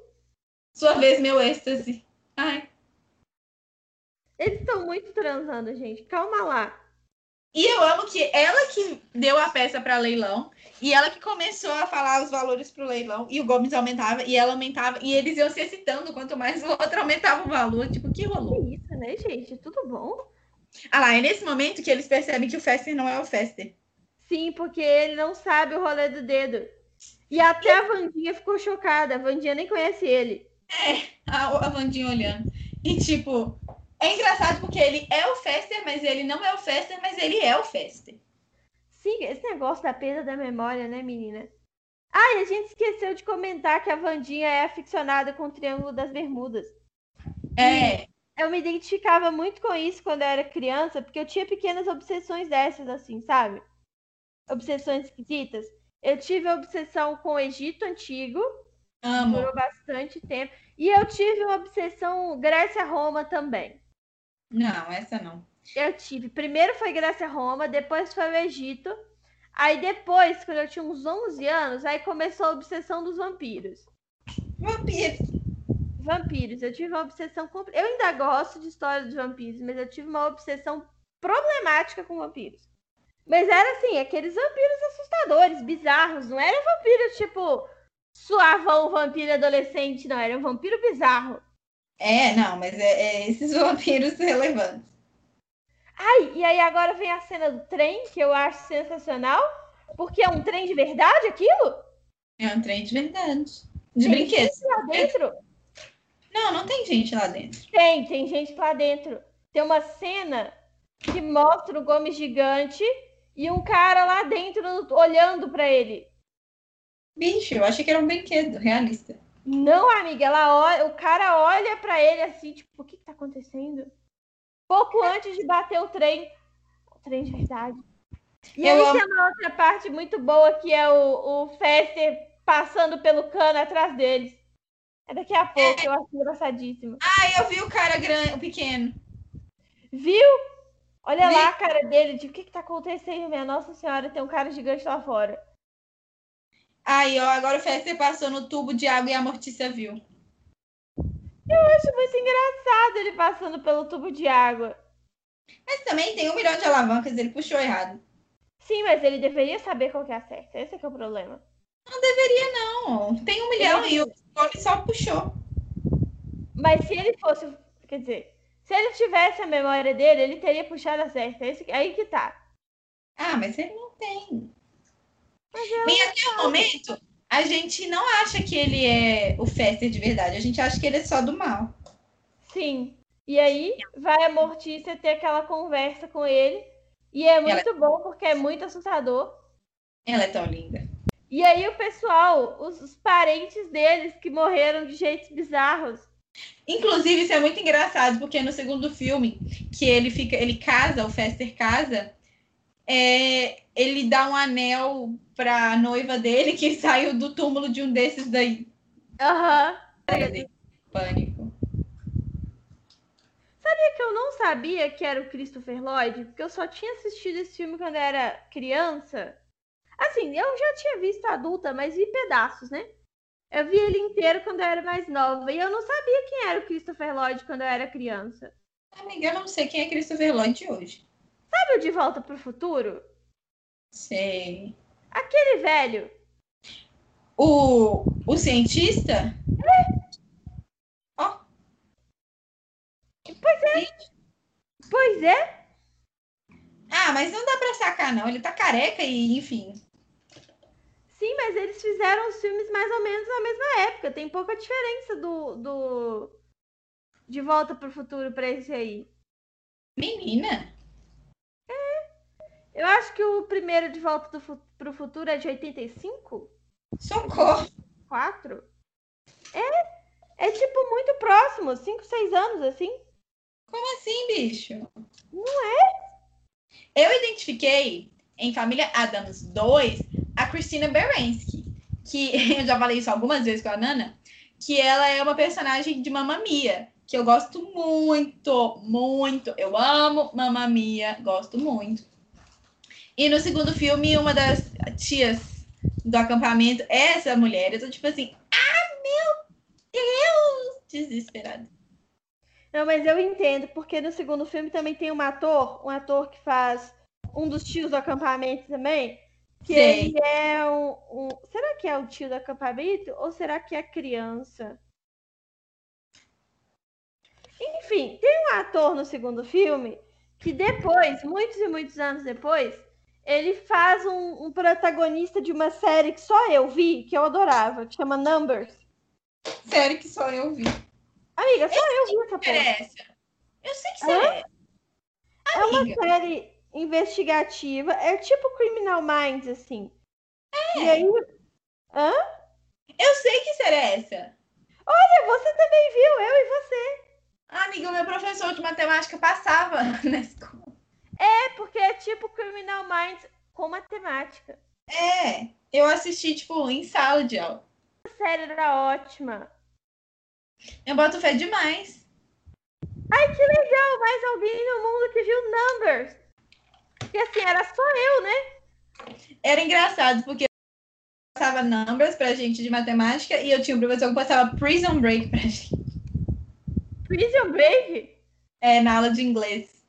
[SPEAKER 2] Sua vez, meu êxtase. Ai.
[SPEAKER 1] Eles estão muito transando, gente. Calma lá.
[SPEAKER 2] E eu amo que ela que deu a peça pra leilão e ela que começou a falar os valores pro leilão e o Gomes aumentava e ela aumentava e eles iam se excitando quanto mais o outro aumentava o valor. Tipo, que
[SPEAKER 1] Que
[SPEAKER 2] rolou?
[SPEAKER 1] isso, né, gente? Tudo bom?
[SPEAKER 2] Ah lá, é nesse momento que eles percebem que o Fester não é o Fester.
[SPEAKER 1] Sim, porque ele não sabe o rolê do dedo. E até a Vandinha ficou chocada. A Vandinha nem conhece ele.
[SPEAKER 2] a, a Vandinha olhando. E tipo, é engraçado porque ele é o Fester, mas ele não é o Fester, mas ele é o Fester.
[SPEAKER 1] Sim, esse negócio da perda da memória, né, menina? Ai, a gente esqueceu de comentar que a Vandinha é aficionada com o Triângulo das Bermudas.
[SPEAKER 2] É,
[SPEAKER 1] eu me identificava muito com isso quando eu era criança, porque eu tinha pequenas obsessões dessas, assim, sabe? Obsessões esquisitas. Eu tive a obsessão com o Egito Antigo,
[SPEAKER 2] amo.
[SPEAKER 1] durou bastante tempo. E eu tive uma obsessão Grécia-Roma também.
[SPEAKER 2] Não, essa não.
[SPEAKER 1] Eu tive. Primeiro foi Grécia-Roma, depois foi o Egito. Aí depois, quando eu tinha uns 11 anos, aí começou a obsessão dos vampiros.
[SPEAKER 2] Vampiro.
[SPEAKER 1] Vampiros, eu tive uma obsessão. compl- Eu ainda gosto de história dos vampiros, mas eu tive uma obsessão problemática com vampiros. Mas era assim, aqueles vampiros assustadores, bizarros. Não era vampiro tipo suavão vampiro adolescente, não. Era um vampiro bizarro.
[SPEAKER 2] É, não, mas é, é esses vampiros relevantes.
[SPEAKER 1] Ai, e aí agora vem a cena do trem, que eu acho sensacional. Porque é um trem de verdade aquilo?
[SPEAKER 2] É um trem de verdade. De
[SPEAKER 1] Tem
[SPEAKER 2] brinquedo.
[SPEAKER 1] Lá dentro?
[SPEAKER 2] Não, não tem gente lá dentro.
[SPEAKER 1] Tem, tem gente lá dentro. Tem uma cena que mostra o Gomes gigante e um cara lá dentro olhando pra ele.
[SPEAKER 2] Bicho, eu achei que era um brinquedo realista.
[SPEAKER 1] Não, amiga, ela olha, o cara olha pra ele assim, tipo, o que, que tá acontecendo? Pouco
[SPEAKER 2] É.
[SPEAKER 1] antes de bater o trem. O trem de verdade. E
[SPEAKER 2] Eu
[SPEAKER 1] aí
[SPEAKER 2] amo.
[SPEAKER 1] tem uma outra parte muito boa que é o, o Fester passando pelo cano atrás deles. É daqui a pouco, eu acho engraçadíssimo.
[SPEAKER 2] Aí eu vi o cara grande, o pequeno.
[SPEAKER 1] Viu? Olha
[SPEAKER 2] Vi.
[SPEAKER 1] lá a cara dele, de o que que tá acontecendo, minha Nossa Senhora, tem um cara gigante lá fora.
[SPEAKER 2] Aí, ó, agora o Fester passou no tubo de água e a Mortícia viu.
[SPEAKER 1] Eu acho muito engraçado ele passando pelo tubo de água.
[SPEAKER 2] Mas também tem um milhão de alavancas, ele puxou errado.
[SPEAKER 1] Sim, mas ele deveria saber qual que é a certa, esse é que é o problema.
[SPEAKER 2] Não, tem um milhão e o Gomes só puxou.
[SPEAKER 1] Mas se ele fosse, quer dizer, se ele tivesse a memória dele, ele teria puxado a certa, esse, aí que tá.
[SPEAKER 2] Ah, mas ele não tem. E até o momento, a gente não acha que ele é o Fester de verdade. A gente acha que ele é só do mal.
[SPEAKER 1] Sim. E aí vai a Mortícia ter aquela conversa com ele, e é
[SPEAKER 2] Ela-
[SPEAKER 1] muito bom porque é muito assustador.
[SPEAKER 2] Ela é tão linda.
[SPEAKER 1] E aí o pessoal, os, os parentes deles que morreram de jeitos bizarros.
[SPEAKER 2] Inclusive, isso é muito engraçado, porque no segundo filme, que ele fica, ele casa, o Fester casa, é, ele dá um anel pra noiva dele que saiu do túmulo de um desses daí.
[SPEAKER 1] Aham.
[SPEAKER 2] Pânico.
[SPEAKER 1] É que eu não sabia que era o Christopher Lloyd, porque eu só tinha assistido esse filme quando eu era criança. Assim, eu já tinha visto adulta, mas vi pedaços, né? Eu vi ele inteiro quando eu era mais nova. E eu não sabia quem era o Christopher Lloyd quando eu era criança.
[SPEAKER 2] Amiga, eu não sei quem é Christopher Lloyd hoje.
[SPEAKER 1] Sabe o De Volta pro Futuro?
[SPEAKER 2] Sei.
[SPEAKER 1] Aquele velho.
[SPEAKER 2] O, o cientista? Ó.
[SPEAKER 1] Pois
[SPEAKER 2] é.
[SPEAKER 1] Pois é,
[SPEAKER 2] Ah, mas não dá pra sacar, não. Ele tá careca e, enfim.
[SPEAKER 1] sim, mas eles fizeram os filmes mais ou menos na mesma época. Tem pouca diferença do. do... De volta pro futuro pra esse aí.
[SPEAKER 2] Menina.
[SPEAKER 1] Eu acho que o primeiro de volta do, Fu- pro futuro é de 85?
[SPEAKER 2] Socorro.
[SPEAKER 1] 4? É. É tipo muito próximo, 5, 6 anos assim.
[SPEAKER 2] Como assim, bicho?
[SPEAKER 1] Não
[SPEAKER 2] é? Eu identifiquei em Família Adams 2 a Christina Berensky, que eu já falei isso algumas vezes com a Nana, que ela é uma personagem de Mamma Mia, que eu gosto muito, muito. Eu amo Mamma Mia, gosto muito. E no segundo filme, uma das tias do acampamento é essa mulher. Eu tô tipo assim, ah, meu Deus! Desesperada.
[SPEAKER 1] Não, mas eu entendo, porque no segundo filme também tem um ator, um ator que faz um dos tios do acampamento também, que
[SPEAKER 2] Sei.
[SPEAKER 1] ele é um, um- Será que é o tio do acampamento ou será que é criança? Enfim, tem um ator no segundo filme que depois, muitos e muitos anos depois, ele faz um, um protagonista de uma série que só eu vi, que eu adorava, que chama Numbers.
[SPEAKER 2] Sério que só eu vi.
[SPEAKER 1] Amiga, só eu vi essa porra.
[SPEAKER 2] Era essa. Eu sei que série é.
[SPEAKER 1] É uma
[SPEAKER 2] Amiga,
[SPEAKER 1] série investigativa, é tipo Criminal Minds, assim. E aí, é,
[SPEAKER 2] eu sei que série é essa.
[SPEAKER 1] olha, você também viu, eu e você.
[SPEAKER 2] Ah, amiga, o meu professor de matemática passava na escola.
[SPEAKER 1] É porque é tipo Criminal Minds com matemática.
[SPEAKER 2] É, eu assisti, tipo, em sala de aula.
[SPEAKER 1] A série era ótima.
[SPEAKER 2] Eu boto fé demais.
[SPEAKER 1] Ai, que legal, mais alguém no mundo que viu Numbers. Porque assim, era só eu, né?
[SPEAKER 2] Era engraçado, porque eu passava numbers pra gente de matemática e eu tinha um professor que passava prison break pra gente.
[SPEAKER 1] Prison Break?
[SPEAKER 2] É, na aula de inglês.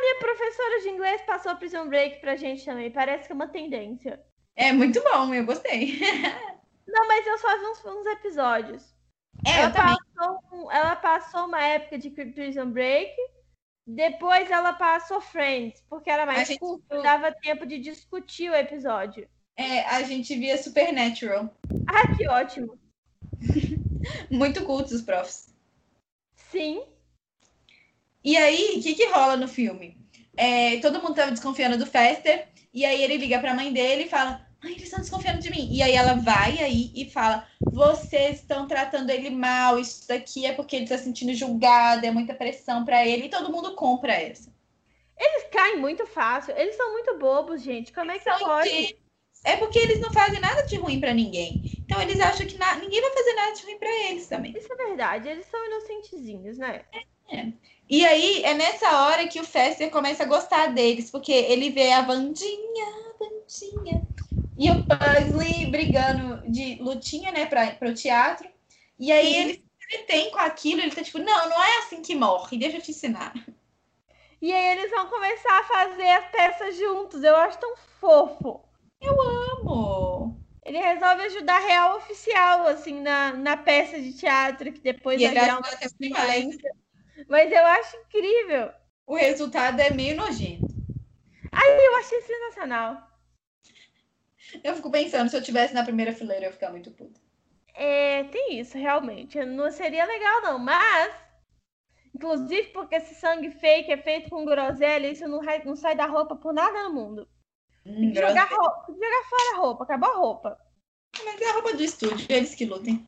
[SPEAKER 1] Minha professora de inglês passou Prison Break pra gente também, parece que é uma tendência.
[SPEAKER 2] É muito bom, eu gostei.
[SPEAKER 1] Não, mas eu só vi uns- uns episódios.
[SPEAKER 2] É,
[SPEAKER 1] ela,
[SPEAKER 2] eu também.
[SPEAKER 1] passou, um- ela passou uma época de Prison Break, depois ela passou Friends, porque era
[SPEAKER 2] A
[SPEAKER 1] mais
[SPEAKER 2] gente-
[SPEAKER 1] curto, dava tempo de discutir o episódio.
[SPEAKER 2] É, a gente via Supernatural.
[SPEAKER 1] Ah, que ótimo.
[SPEAKER 2] Muito cultos os profs.
[SPEAKER 1] Sim,
[SPEAKER 2] E aí, o que, que rola no filme? É, todo mundo tava desconfiando do Fester, e aí ele liga pra mãe dele e fala: Mãe, eles estão desconfiando de mim. E aí ela vai aí e fala: Vocês estão tratando ele mal, isso daqui é porque ele tá sentindo julgado, é muita pressão pra ele, e todo mundo compra essa.
[SPEAKER 1] eles caem muito fácil. Eles são muito bobos, gente. Como é que
[SPEAKER 2] São
[SPEAKER 1] pode?
[SPEAKER 2] ingênuos. É porque eles não fazem nada de ruim pra ninguém. Então eles acham que na- ninguém vai fazer nada de ruim pra eles também.
[SPEAKER 1] Isso é verdade. Eles são inocentezinhos, né?
[SPEAKER 2] E aí, é nessa hora que o Fester começa a gostar deles, porque ele vê a Vandinha, a Vandinha, e o Pugsley brigando de lutinha, né, pra, pro teatro. E aí
[SPEAKER 1] Sim.
[SPEAKER 2] ele se entretém com aquilo, ele tá tipo, não, não é assim que morre, deixa eu te ensinar.
[SPEAKER 1] E aí eles vão começar a fazer as peças juntos. Eu acho tão fofo.
[SPEAKER 2] Amor.
[SPEAKER 1] Ele resolve ajudar a real oficial, assim, na, na peça de teatro, que depois
[SPEAKER 2] E
[SPEAKER 1] vai
[SPEAKER 2] ele
[SPEAKER 1] virar um
[SPEAKER 2] ajuda até
[SPEAKER 1] uma
[SPEAKER 2] demais.
[SPEAKER 1] Mas eu acho incrível.
[SPEAKER 2] O resultado é meio nojento.
[SPEAKER 1] Eu achei sensacional.
[SPEAKER 2] Eu fico pensando, se eu tivesse na primeira fileira, eu ia ficar muito puta.
[SPEAKER 1] É, tem isso, realmente. Não seria legal, não. Mas, inclusive porque esse sangue fake é feito com groselha, isso não, ra- não sai da roupa por nada no mundo.
[SPEAKER 2] Hum,
[SPEAKER 1] Tem que jogar, roupa, tem que jogar fora a roupa, acabou a roupa.
[SPEAKER 2] Mas é a roupa do estúdio, eles que lutem.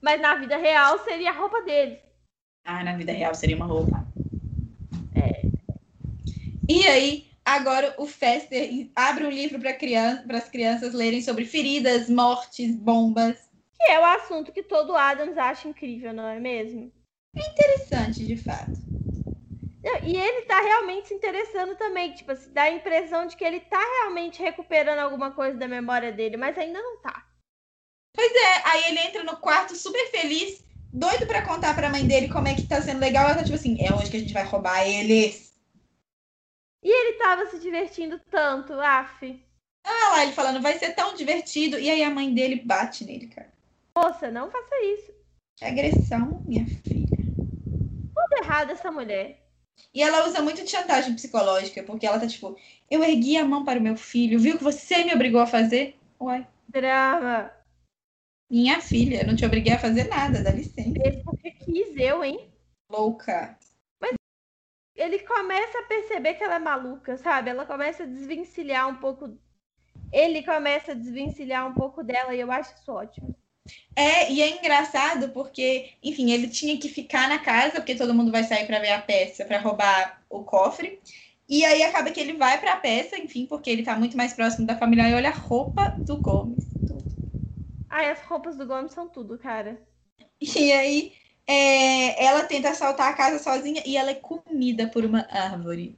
[SPEAKER 1] Mas na vida real seria a roupa deles.
[SPEAKER 2] Ah, na vida real seria uma roupa. É. E aí, agora o Fester abre um livro para as crianças lerem sobre feridas, mortes, bombas.
[SPEAKER 1] Que é o assunto que todo Adams acha incrível, não é mesmo?
[SPEAKER 2] Interessante, de fato.
[SPEAKER 1] Não, E ele tá realmente se interessando também. Tipo, assim, dá a impressão de que ele tá realmente recuperando alguma coisa da memória dele, mas ainda não tá.
[SPEAKER 2] É, aí ele entra no quarto super feliz, doido para contar para a mãe dele como é que tá sendo legal. Ela tá tipo assim: é hoje que a gente vai roubar eles.
[SPEAKER 1] E ele tava se divertindo tanto, af.
[SPEAKER 2] Ah lá, ele falando, vai ser tão divertido. E aí a mãe dele bate nele, cara.
[SPEAKER 1] Moça, não faça isso.
[SPEAKER 2] Que agressão, minha filha.
[SPEAKER 1] Tudo errado essa mulher.
[SPEAKER 2] E ela usa muito de chantagem psicológica, porque ela tá tipo, eu ergui a mão para o meu filho, viu o que você me obrigou a fazer? Uai,
[SPEAKER 1] Drama.
[SPEAKER 2] minha filha, eu não te obriguei a fazer nada, dá licença.
[SPEAKER 1] Ele porque quis eu, hein?
[SPEAKER 2] Louca.
[SPEAKER 1] Ele começa a perceber que ela é maluca, sabe? Ela começa a desvencilhar um pouco. Ele começa a desvencilhar um pouco dela e eu acho isso ótimo.
[SPEAKER 2] É, e é engraçado porque, enfim, ele tinha que ficar na casa, porque todo mundo vai sair pra ver a peça, pra roubar o cofre. E aí acaba que ele vai pra peça, enfim, porque ele tá muito mais próximo da família e olha a roupa do Gomes. tudo.
[SPEAKER 1] Ai, as roupas do Gomes são tudo, cara.
[SPEAKER 2] E aí é, ela tenta assaltar a casa sozinha e ela é comida por uma árvore.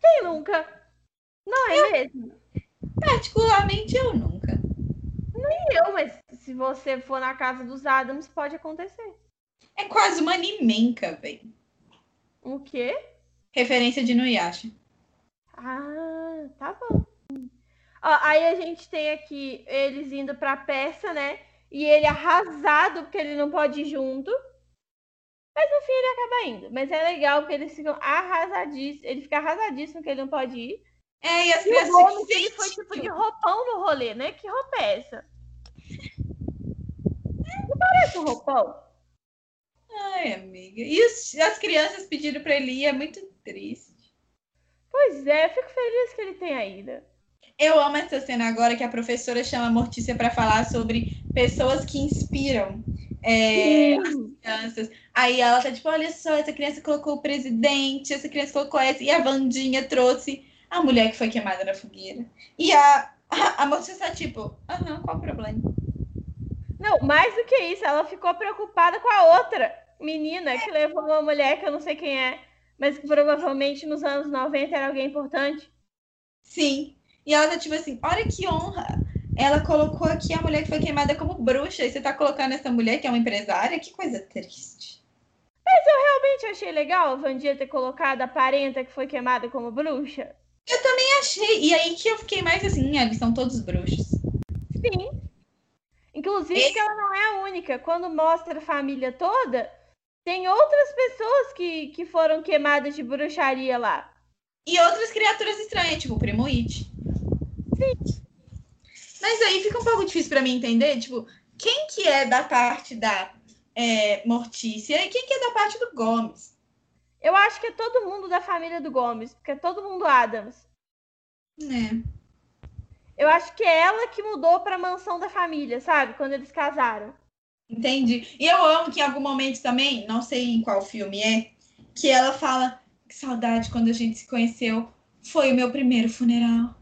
[SPEAKER 1] Quem nunca? Não é mesmo?
[SPEAKER 2] Particularmente eu nunca.
[SPEAKER 1] Eu, mas se você for na casa dos Adams, pode acontecer.
[SPEAKER 2] É quase uma animenca, velho.
[SPEAKER 1] O quê?
[SPEAKER 2] Referência de Nuyasha.
[SPEAKER 1] Ah, tá bom. Ó, aí a gente tem aqui eles indo pra peça, né? E ele arrasado porque ele não pode ir junto. Mas no fim ele acaba indo. Mas é legal porque eles ficam arrasadíssimos. Ele fica arrasadíssimo que ele não pode ir.
[SPEAKER 2] É, e as
[SPEAKER 1] E o
[SPEAKER 2] crianças
[SPEAKER 1] Gomes,
[SPEAKER 2] ficam,
[SPEAKER 1] ele foi
[SPEAKER 2] "Gente,
[SPEAKER 1] tipo de roupão no rolê, né? Que roupa é essa? Não parece um roupão?
[SPEAKER 2] Ai, amiga. E os- as crianças pediram pra ele ir, é muito triste.
[SPEAKER 1] Pois é, fico feliz que ele tenha ido.
[SPEAKER 2] Eu amo essa cena agora que a professora chama a Mortícia pra falar sobre pessoas que inspiram é, crianças. Aí ela tá tipo, olha só, essa criança colocou o presidente, essa criança colocou essa, e a Vandinha trouxe a mulher que foi queimada na fogueira. E a, a, a Mortícia tá tipo, aham, qual o problema?
[SPEAKER 1] Não, mais do que isso, ela ficou preocupada com a outra menina que levou uma mulher que eu não sei quem é, mas que provavelmente nos anos 90 era alguém importante.
[SPEAKER 2] Sim. E ela tá tipo assim, olha que honra. Ela colocou aqui a mulher que foi queimada como bruxa. E você tá colocando essa mulher que é uma empresária? Que coisa triste.
[SPEAKER 1] Realmente eu achei legal a Vandia ter colocado a parenta que foi queimada como bruxa.
[SPEAKER 2] E achei. E aí que eu fiquei mais assim, ah, eles são todos bruxos.
[SPEAKER 1] Sim. Inclusive
[SPEAKER 2] Esse-
[SPEAKER 1] que ela não é a única. Quando mostra a família toda, tem outras pessoas que, que foram queimadas de bruxaria lá.
[SPEAKER 2] E outras criaturas estranhas, tipo o primo It. Mas aí fica um pouco difícil pra mim entender, tipo, quem que é da parte da é, Mortícia e quem que é da parte do Gomes?
[SPEAKER 1] Eu acho que é todo mundo da família do Gomes, porque é todo mundo Adams.
[SPEAKER 2] Né?
[SPEAKER 1] Eu acho que é ela que mudou pra mansão da família, sabe? Quando eles casaram.
[SPEAKER 2] Entendi. E eu amo que em algum momento também, não sei em qual filme é, que ela fala que saudade quando a gente se conheceu. Foi o meu primeiro funeral.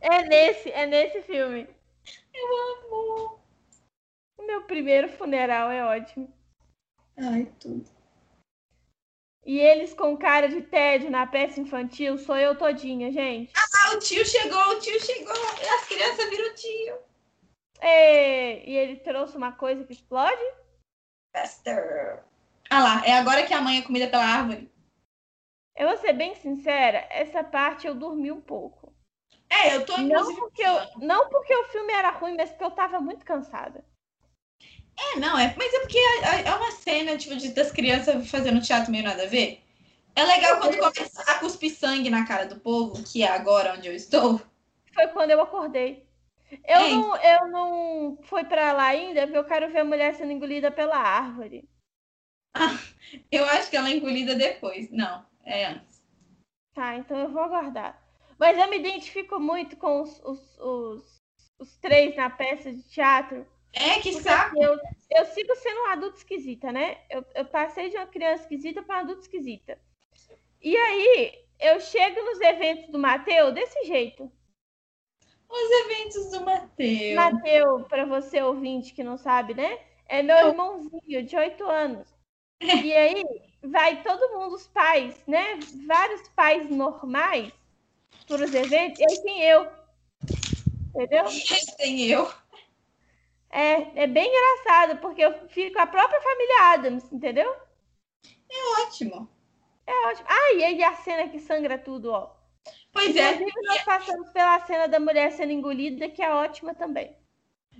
[SPEAKER 1] É nesse, é nesse filme.
[SPEAKER 2] Amor.
[SPEAKER 1] O Meu primeiro funeral é ótimo.
[SPEAKER 2] Ai, tudo.
[SPEAKER 1] E eles com cara de tédio na peça infantil, sou eu todinha, gente.
[SPEAKER 2] Ah, o tio chegou, o tio chegou. As crianças viram o tio.
[SPEAKER 1] É, E ele trouxe uma coisa que explode?
[SPEAKER 2] Faster. Ah lá, é agora que a mãe é comida pela árvore.
[SPEAKER 1] Eu vou ser bem sincera, essa parte eu dormi um pouco.
[SPEAKER 2] É, eu tô
[SPEAKER 1] Não
[SPEAKER 2] inclusive.
[SPEAKER 1] porque, eu, não porque o filme era ruim, mas porque eu tava muito cansada.
[SPEAKER 2] É, não, é. Mas é porque é, é uma cena, tipo, de, das crianças fazendo teatro meio nada a ver. É legal quando começa a cuspir sangue na cara do povo, que é agora onde eu estou.
[SPEAKER 1] Foi quando eu acordei.
[SPEAKER 2] É,
[SPEAKER 1] Eu não, eu não fui pra lá ainda, porque eu quero ver a mulher sendo engolida pela árvore.
[SPEAKER 2] Eu acho que ela é engolida depois. Não, é antes.
[SPEAKER 1] Tá, então eu vou aguardar. Mas eu me identifico muito com os, os, os, os três na peça de teatro.
[SPEAKER 2] É, que
[SPEAKER 1] Porque
[SPEAKER 2] saco.
[SPEAKER 1] assim, eu, eu sigo sendo uma adulta esquisita, né? Eu, eu passei de uma criança esquisita pra uma adulta esquisita. E aí, eu chego nos eventos do Mateu desse jeito.
[SPEAKER 2] Os eventos do Matheus.
[SPEAKER 1] Mateu, pra você ouvinte que não sabe, né? É meu irmãozinho de 8 anos. E aí vai todo mundo, os pais, né? Vários pais normais para os eventos, e aí tem eu. Entendeu?
[SPEAKER 2] Tem eu.
[SPEAKER 1] É, é bem engraçado, porque eu fico a própria família Adams, entendeu?
[SPEAKER 2] Ótimo.
[SPEAKER 1] É ótimo. Ah, e aí a cena que sangra tudo, ó.
[SPEAKER 2] Pois é,
[SPEAKER 1] Inclusive, nós passamos pela cena da mulher sendo engolida, que é ótima também.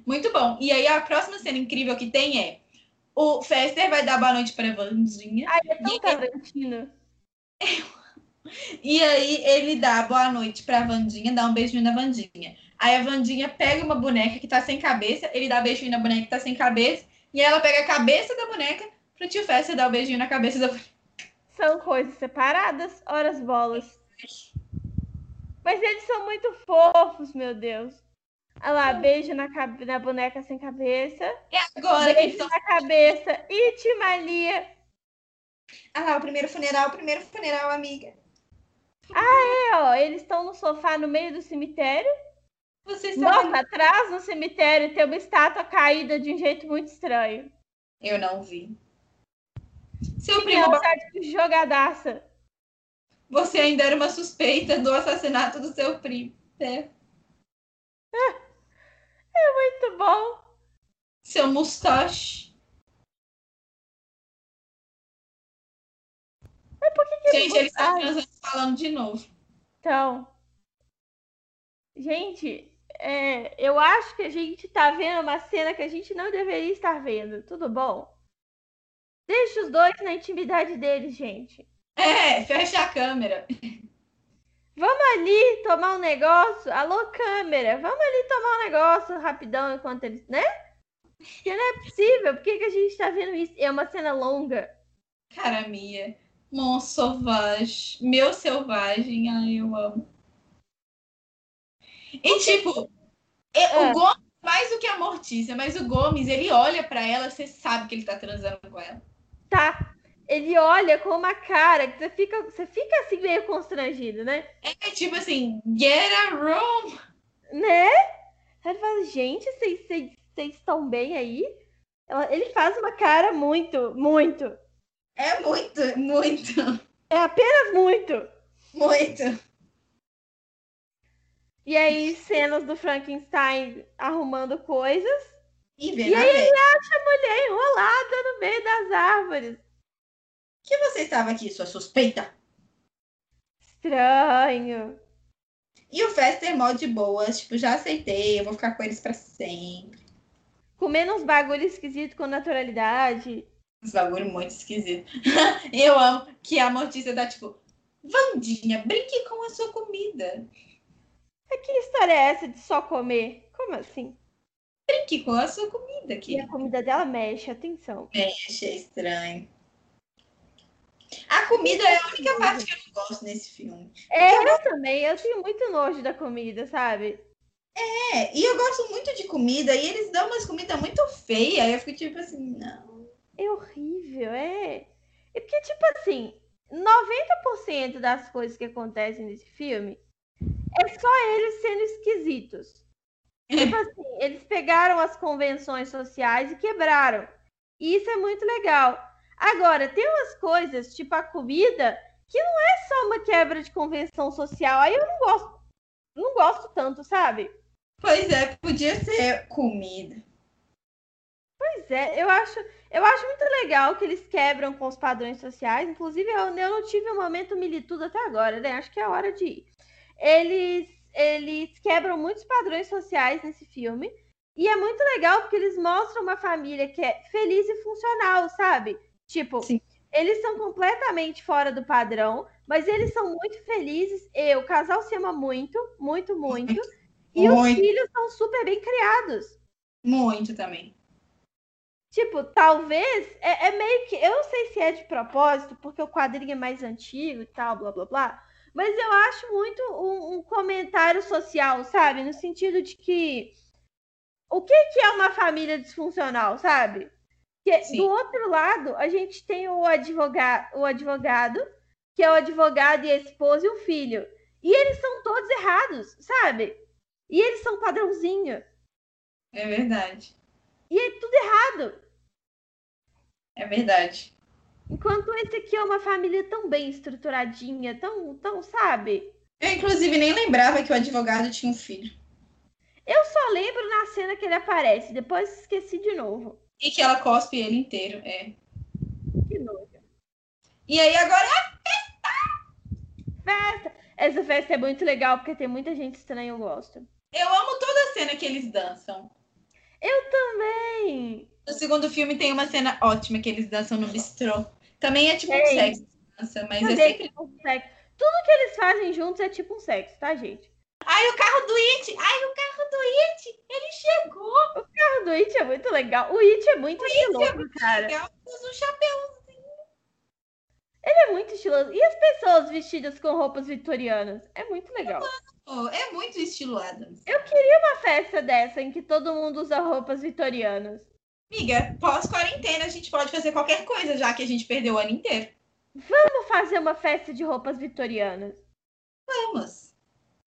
[SPEAKER 2] muito bom. E aí a próxima cena incrível que tem é o Fester vai dar boa noite pra Vandinha.
[SPEAKER 1] Ai, é tão
[SPEAKER 2] E-
[SPEAKER 1] Tarantino.
[SPEAKER 2] E aí ele dá boa noite pra Vandinha, dá um beijinho na Vandinha. Aí a Vandinha pega uma boneca que tá sem cabeça, ele dá beijinho na boneca que tá sem cabeça, e ela pega a cabeça da boneca pro tio Fester dar o beijinho na cabeça da boneca.
[SPEAKER 1] São coisas separadas, horas bolas. Mas eles são muito fofos, meu Deus. Olha lá, beijo na, cabe- na boneca sem cabeça.
[SPEAKER 2] É agora que eles
[SPEAKER 1] Beijo
[SPEAKER 2] estão.
[SPEAKER 1] na cabeça. Itimalia.
[SPEAKER 2] Ah lá, o primeiro funeral, o primeiro funeral, amiga.
[SPEAKER 1] É, ó, eles estão no sofá no meio do cemitério.
[SPEAKER 2] Vocês estão.
[SPEAKER 1] Nossa, atrás no cemitério tem uma estátua caída de um jeito muito estranho.
[SPEAKER 2] Eu não vi. Seu primo,
[SPEAKER 1] Nossa, que jogadaça.
[SPEAKER 2] você ainda era uma suspeita do assassinato do seu primo. né?
[SPEAKER 1] Muito bom.
[SPEAKER 2] Seu mustache. Gente, eles estão transando falando de novo.
[SPEAKER 1] Então, gente, é, eu acho que a gente tá vendo uma cena que a gente não deveria estar vendo. Tudo bom? Deixa os dois na intimidade deles, gente.
[SPEAKER 2] É, fecha a câmera.
[SPEAKER 1] Ali tomar um negócio. Alô, câmera, vamos ali tomar um negócio rapidão enquanto eles, né? Porque não é possível. Por que, que a gente tá vendo isso? É uma cena longa.
[SPEAKER 2] Cara minha. Mon sauvage. Meu selvagem. Ai, eu amo. E tipo, e-
[SPEAKER 1] Ah.
[SPEAKER 2] o Gomes, mais do que a Mortícia, mas o Gomes, ele olha pra ela, você sabe que ele tá transando com ela.
[SPEAKER 1] Tá. Ele olha com uma cara que você fica, você fica assim meio constrangido, né?
[SPEAKER 2] É tipo assim, get a room.
[SPEAKER 1] Né? Ele fala, gente, vocês- vocês vocês estão bem aí? Ela- ele faz uma cara muito, muito.
[SPEAKER 2] É muito, muito,
[SPEAKER 1] É apenas muito.
[SPEAKER 2] muito.
[SPEAKER 1] E aí, cenas do Frankenstein arrumando coisas.
[SPEAKER 2] E,
[SPEAKER 1] E aí
[SPEAKER 2] aí,
[SPEAKER 1] E aí, enrolada no meio das árvores.
[SPEAKER 2] que você estava aqui, sua suspeita?
[SPEAKER 1] Estranho.
[SPEAKER 2] E o Fester mó de boas, tipo, já aceitei, eu vou ficar com eles pra sempre.
[SPEAKER 1] Comendo uns bagulho esquisito com naturalidade.
[SPEAKER 2] Uns bagulho muito esquisito. E eu amo que a Mortícia tá tipo, Vandinha, brinque com a sua comida.
[SPEAKER 1] Mas que história é essa de só comer? Como assim?
[SPEAKER 2] Brinque com a sua comida,
[SPEAKER 1] E
[SPEAKER 2] que
[SPEAKER 1] a comida dela mexe, atenção.
[SPEAKER 2] achei estranho. A comida é a única parte que eu não gosto nesse filme.
[SPEAKER 1] É, eu também. Eu tenho muito nojo da comida, sabe?
[SPEAKER 2] É, e eu gosto muito de comida, e eles dão umas comidas muito feias, eu fico tipo assim, não.
[SPEAKER 1] É horrível, é. É porque, tipo assim, 90% das coisas que acontecem nesse filme é só eles sendo esquisitos. Tipo assim, eles pegaram as convenções sociais e quebraram. E isso é muito legal. Agora, tem umas coisas, tipo a comida, que não é só uma quebra de convenção social. Aí eu não gosto, não gosto tanto, sabe?
[SPEAKER 2] Pois é, podia ser comida.
[SPEAKER 1] Pois é, eu acho, eu acho muito legal que eles quebram com os padrões sociais. Inclusive, eu, eu não tive um momento militudo até agora, né? Acho que é hora de ir. Eles, eles quebram muitos padrões sociais nesse filme. E é muito legal porque eles mostram uma família que é feliz e funcional, sabe? Tipo,
[SPEAKER 2] Sim.
[SPEAKER 1] eles são completamente fora do padrão, mas eles são muito felizes. E o casal se ama muito, muito, muito. E os
[SPEAKER 2] Muito.
[SPEAKER 1] filhos são super bem criados.
[SPEAKER 2] Muito também.
[SPEAKER 1] Tipo, talvez. É, é meio que. Eu não sei se é de propósito, porque o quadrinho é mais antigo e tal, blá blá blá. Mas eu acho muito um, um comentário social, sabe? No sentido de que. O que, que é uma família disfuncional, sabe? Que,
[SPEAKER 2] Sim.
[SPEAKER 1] do outro lado, a gente tem o, advoga o advogado, que é o advogado e a esposa e o filho. E eles são todos errados, sabe? E eles são padrãozinho.
[SPEAKER 2] É verdade.
[SPEAKER 1] E é tudo errado.
[SPEAKER 2] É verdade.
[SPEAKER 1] Enquanto esse aqui é uma família tão bem estruturadinha, tão, tão, sabe?
[SPEAKER 2] Eu, inclusive, nem lembrava que o advogado tinha um filho.
[SPEAKER 1] Eu só lembro na cena que ele aparece, depois esqueci de novo.
[SPEAKER 2] E que ela cospe ele inteiro. É.
[SPEAKER 1] De novo.
[SPEAKER 2] E aí agora.
[SPEAKER 1] Festa! Essa festa é muito legal porque tem muita gente estranha, eu gosto.
[SPEAKER 2] Eu amo toda a cena que eles dançam.
[SPEAKER 1] Bem,
[SPEAKER 2] No segundo filme tem uma cena ótima que eles dançam no bistrô. Também é tipo um
[SPEAKER 1] Ei.
[SPEAKER 2] sexo dança, mas é
[SPEAKER 1] cadê
[SPEAKER 2] sempre.
[SPEAKER 1] que é um sexo? Tudo que eles fazem juntos é tipo um sexo, tá, gente?
[SPEAKER 2] Ai, o carro do It! Ai, o carro do It! Ele chegou!
[SPEAKER 1] O do It é muito legal. O It é muito estiloso, cara.
[SPEAKER 2] Legal, usa um chapéu.
[SPEAKER 1] Ele é muito estiloso. E as pessoas vestidas com roupas vitorianas? É muito legal.
[SPEAKER 2] É muito estilo Adams.
[SPEAKER 1] Eu queria uma festa dessa em que todo mundo usa roupas vitorianas.
[SPEAKER 2] Amiga, pós-quarentena a gente pode fazer qualquer coisa, já que a gente perdeu o ano inteiro.
[SPEAKER 1] Vamos fazer uma festa de roupas vitorianas.
[SPEAKER 2] Vamos.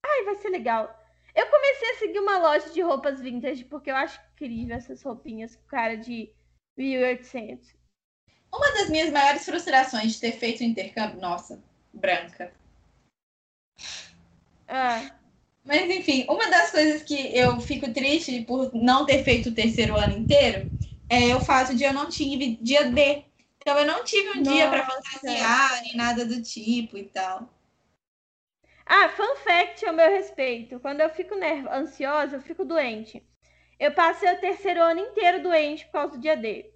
[SPEAKER 1] Ai, vai ser legal. Eu comecei a seguir uma loja de roupas vintage porque eu acho incrível essas roupinhas com cara de 1800.
[SPEAKER 2] Uma das minhas maiores frustrações de ter feito o intercâmbio, nossa, branca.
[SPEAKER 1] Ah,
[SPEAKER 2] Mas enfim, uma das coisas que eu fico triste por não ter feito o terceiro ano inteiro é o fato de eu não tive dia D. Então eu não tive um dia pra
[SPEAKER 1] Nossa.
[SPEAKER 2] fantasiar nem nada do tipo e tal.
[SPEAKER 1] ah fun fact ao meu respeito. Quando eu fico nerv- ansiosa, eu fico doente. Eu passei o terceiro ano inteiro doente por causa do dia D.